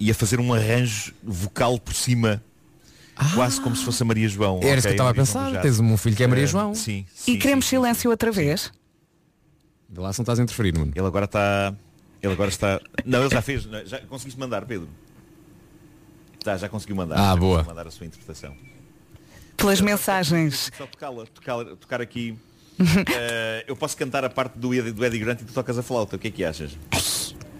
Speaker 8: e a fazer um arranjo vocal por cima. Quase como se fosse a Maria João.
Speaker 7: Era isso que eu
Speaker 8: ok?
Speaker 7: estava a
Speaker 8: Maria João
Speaker 7: pensar.
Speaker 8: do Jazz.
Speaker 7: Tens um filho que é Maria
Speaker 8: Uh,
Speaker 7: João.
Speaker 8: Sim.
Speaker 4: e queremos silêncio outra vez?
Speaker 7: De lá se não estás a interferir, Nuno.
Speaker 8: Ele agora está. Ele agora está. Não, ele já fez. não é? Já conseguiste mandar, Pedro. Tá, já conseguiu mandar.
Speaker 7: Ah,
Speaker 8: já conseguiu
Speaker 7: boa.
Speaker 8: mandar a sua interpretação.
Speaker 4: Pelas mensagens.
Speaker 8: Só tocá-la, tocá-la- tocar aqui. Eh, eu posso cantar a parte do Eddie, do Eddie Grant e tu tocas a flauta. O que é que achas?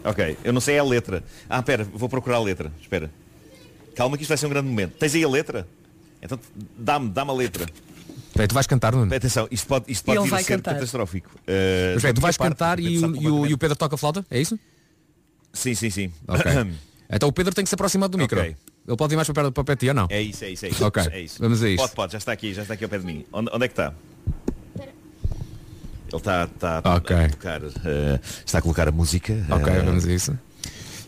Speaker 8: ok, eu não sei a letra. Ah, espera, vou procurar a letra. Espera. Calma que isto vai ser um grande momento. Tens aí a letra? Então dá-me, dá-me a letra.
Speaker 7: Espera aí, tu vais cantar, Nuno.
Speaker 8: Atenção, isto pode, isto pode
Speaker 7: Ele
Speaker 8: vir a
Speaker 7: vai
Speaker 8: ser
Speaker 7: cantar.
Speaker 8: catastrófico.
Speaker 7: Mas
Speaker 8: Eh,
Speaker 7: espera aí,
Speaker 8: da
Speaker 7: tu vais
Speaker 8: minha parte,
Speaker 7: cantar e,
Speaker 8: depende
Speaker 7: o- e
Speaker 8: só
Speaker 7: o,
Speaker 8: completamente.
Speaker 7: e o Pedro toca a flauta? É isso?
Speaker 8: Sim, sim, sim.
Speaker 7: Ok. então o Pedro tem que se aproximar do micro.
Speaker 8: Ok.
Speaker 7: Ele pode ir mais para perto do papel de ti ou não?
Speaker 8: É isso, é isso, é isso.
Speaker 7: Ok,
Speaker 8: É isso.
Speaker 7: vamos a isto.
Speaker 8: Pode, pode, já está aqui, já está aqui ao pé de mim. Onde, onde é que está? Ele está, está
Speaker 7: Ok.
Speaker 8: a tocar. eh, está a colocar a música.
Speaker 7: Ok,
Speaker 8: eh,
Speaker 7: vamos a isso.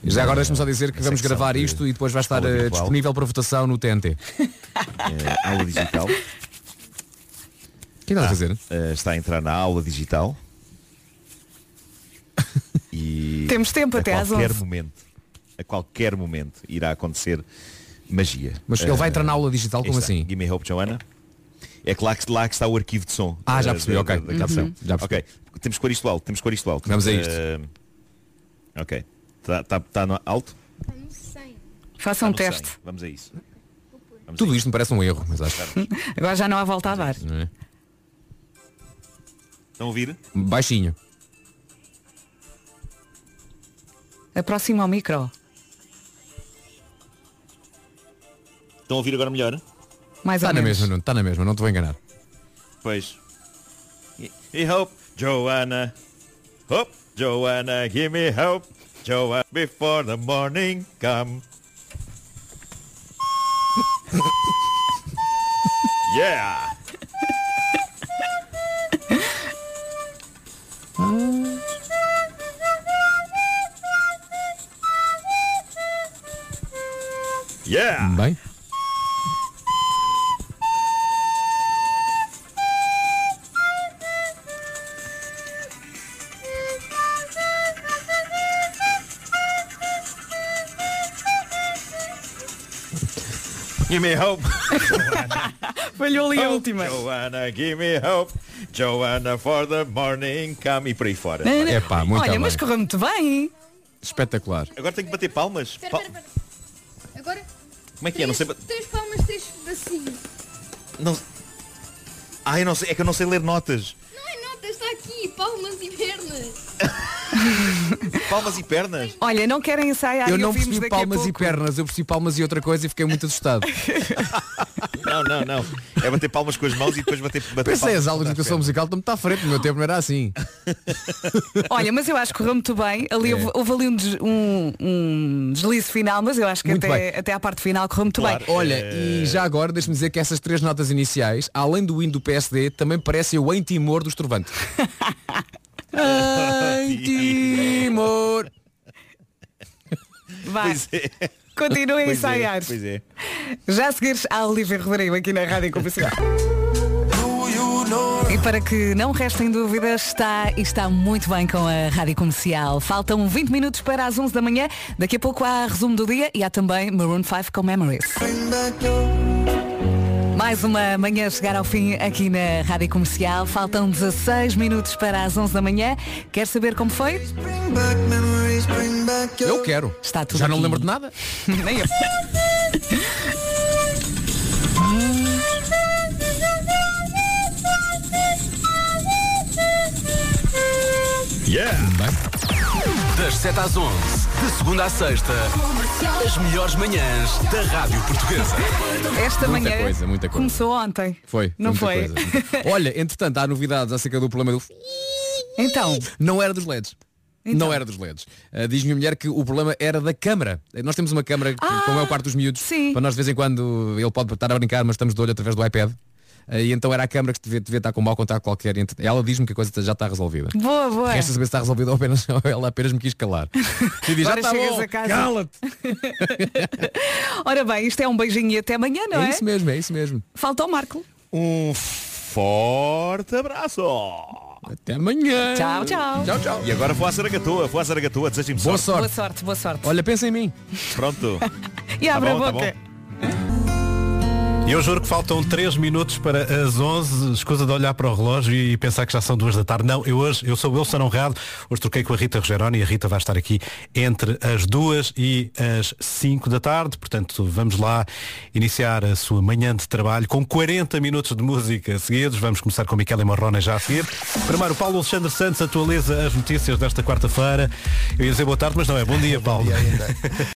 Speaker 7: Já agora deixa-me só dizer que vamos
Speaker 8: secção
Speaker 7: gravar
Speaker 8: de
Speaker 7: isto e depois vai estar
Speaker 8: escola
Speaker 7: eh,
Speaker 8: virtual.
Speaker 7: disponível para votação no TNT.
Speaker 8: eh, aula digital.
Speaker 7: O que é que estás a fazer?
Speaker 8: Eh, está a entrar na aula digital. E
Speaker 4: Temos tempo
Speaker 8: a
Speaker 4: até às
Speaker 8: qualquer
Speaker 4: 11.
Speaker 8: momento. A qualquer momento irá acontecer magia.
Speaker 7: Mas ele vai
Speaker 8: Eh,
Speaker 7: entrar na aula digital,
Speaker 8: aí
Speaker 7: como
Speaker 8: está.
Speaker 7: assim?
Speaker 8: Give me hope, Joana. É que lá, que lá que está o arquivo de som.
Speaker 7: Ah, já
Speaker 8: eh,
Speaker 7: percebi,
Speaker 8: da-
Speaker 7: ok.
Speaker 8: da- da
Speaker 7: Já
Speaker 8: canção.
Speaker 7: percebi, já percebi.
Speaker 8: Ok, temos que pôr isto alto, temos que pôr isto alto.
Speaker 7: Vamos a isto.
Speaker 8: Eh, ok, está tá, tá no alto?
Speaker 7: Ah,
Speaker 4: Faça um teste.
Speaker 8: Vamos a isso.
Speaker 7: Tudo isto me parece um erro, mas acho.
Speaker 4: Agora já não há volta a dar.
Speaker 7: Não é?
Speaker 8: Estão a ouvir?
Speaker 7: Baixinho.
Speaker 4: Aproxima ao micro.
Speaker 8: Estão a ouvir agora melhor?
Speaker 4: Mais ou
Speaker 7: Está Tá na
Speaker 4: menos.
Speaker 7: mesma, Nuno, está na mesma, não te vou enganar.
Speaker 8: Pois. E- E hope, Joanna. Hope, Joanna, give me hope. Joanna, before the morning come. yeah! Yeah!
Speaker 7: Bem?
Speaker 8: Give me hope.
Speaker 4: Falhou ali a
Speaker 7: Oh,
Speaker 8: Hope,
Speaker 4: última.
Speaker 8: Joanna, give me hope. Joanna for the morning come. E por aí fora.
Speaker 4: Não, não.
Speaker 7: Epá, É muito
Speaker 4: Olha,
Speaker 7: bem.
Speaker 4: mas correu muito bem.
Speaker 7: Espetacular.
Speaker 8: Agora tenho que bater palmas. Pal-
Speaker 5: Agora,
Speaker 8: Como é que é? Não sei. ba-
Speaker 5: três palmas, três pedacinhos.
Speaker 8: Não... Ah, eu não sei. É que eu não sei ler notas.
Speaker 5: Não é nota, está aqui, palmas e pernas.
Speaker 8: Palmas e pernas.
Speaker 4: Olha, não querem ensaiar
Speaker 7: eu
Speaker 4: e
Speaker 7: não
Speaker 4: ouvimos
Speaker 7: percebi
Speaker 4: Ah, daqui a
Speaker 7: palmas e
Speaker 4: pouco.
Speaker 7: pernas, eu percebi palmas e outra coisa e fiquei muito assustado.
Speaker 8: Não, não, não. É bater palmas com as mãos e depois bater, bater
Speaker 7: Pensei,
Speaker 8: palmas.
Speaker 7: é, as
Speaker 8: com
Speaker 7: aulas de
Speaker 8: as
Speaker 7: educação
Speaker 8: pernas.
Speaker 7: musical estão muito à frente, no meu tempo não era assim.
Speaker 4: Olha, mas eu acho que correu muito bem. Ali
Speaker 7: É.
Speaker 4: houve, houve ali um, des- um- um deslize final, mas eu acho que
Speaker 7: Muito
Speaker 4: até,
Speaker 7: bem.
Speaker 4: até à parte final correu muito bem.
Speaker 7: Olha,
Speaker 8: eh,
Speaker 7: e já agora deixe-me dizer que essas três notas iniciais, além do hino do PSD, também parecem o em timor do Estrovante. em timor.
Speaker 4: Vá,
Speaker 8: Pois é.
Speaker 4: continuem a
Speaker 8: Pois é,
Speaker 4: ensaiar.
Speaker 8: Pois é.
Speaker 4: Já a seguir a Olivia Rodrigo aqui na Rádio Comercial. E para que não restem dúvidas, está e está muito bem com a Rádio Comercial. Faltam 20 minutos para as 11 da manhã. Daqui a pouco há resumo do dia e há também Maroon 5 com Memories. Mais uma manhã a chegar ao fim aqui na Rádio Comercial. Faltam 16 minutos para as 11 da manhã. Quer saber como foi?
Speaker 7: Eu quero.
Speaker 4: Está tudo
Speaker 7: Já não
Speaker 4: aqui.
Speaker 7: lembro de nada?
Speaker 4: Nem eu.
Speaker 8: Yeah!
Speaker 3: Das 7 às 11, de segunda à sexta, as melhores manhãs da Rádio Portuguesa.
Speaker 4: Esta
Speaker 7: Muita
Speaker 4: manhã
Speaker 7: coisa, muita coisa.
Speaker 4: começou ontem.
Speaker 7: Foi.
Speaker 4: Não
Speaker 7: muita
Speaker 4: foi?
Speaker 7: coisa. Olha, entretanto, há novidades acerca do problema do...
Speaker 4: Então,
Speaker 7: Não era dos LEDs. Não era dos LEDs. Ah, Diz-me a mulher que o problema era da câmara. Nós temos uma câmara, que,
Speaker 4: Ah,
Speaker 7: como é o quarto dos miúdos, para nós de vez em quando ele pode estar a brincar, mas estamos de olho através do iPad. Ah, E então era a câmara que devia, devia estar com mau contato qualquer. Ent- Ela diz-me que a coisa já está resolvida.
Speaker 4: boa, boa.
Speaker 7: Resta saber se está resolvido ou apenas ou ela apenas me quis calar. E diz, já
Speaker 4: Agora
Speaker 7: está
Speaker 4: chegas
Speaker 7: bom,
Speaker 4: a casa. Tá
Speaker 7: cala-te.
Speaker 4: Ora bem, isto é um beijinho e até amanhã, não é?
Speaker 7: É isso mesmo, é isso mesmo.
Speaker 4: Falta o Marco.
Speaker 8: Um forte abraço.
Speaker 7: Até amanhã.
Speaker 4: Tchau, tchau. Tchau,
Speaker 8: E agora vou à Saragatoa, vou à Saragatoa, desejem-me
Speaker 7: Boa
Speaker 4: Boa sorte, boa sorte.
Speaker 7: Olha, pensa em mim.
Speaker 8: Pronto.
Speaker 4: E abre
Speaker 2: bom,
Speaker 4: a
Speaker 2: tá
Speaker 4: boca.
Speaker 2: Eu juro que faltam 3 minutos para as 11. Escusa de olhar para o relógio e pensar que já são 2 da tarde. Não, eu hoje, eu sou o Wilson Honrado. Hoje troquei com a Rita Rogeroni e a Rita vai estar aqui entre as 2 e as 5 da tarde. Portanto, vamos lá iniciar a sua manhã de trabalho com 40 minutos de música seguidos. Vamos começar com Miquel e Morrone já a seguir. Primeiro, Paulo Alexandre Santos atualiza as notícias desta quarta-feira. Eu ia dizer boa tarde, mas não é. Bom dia, Paulo.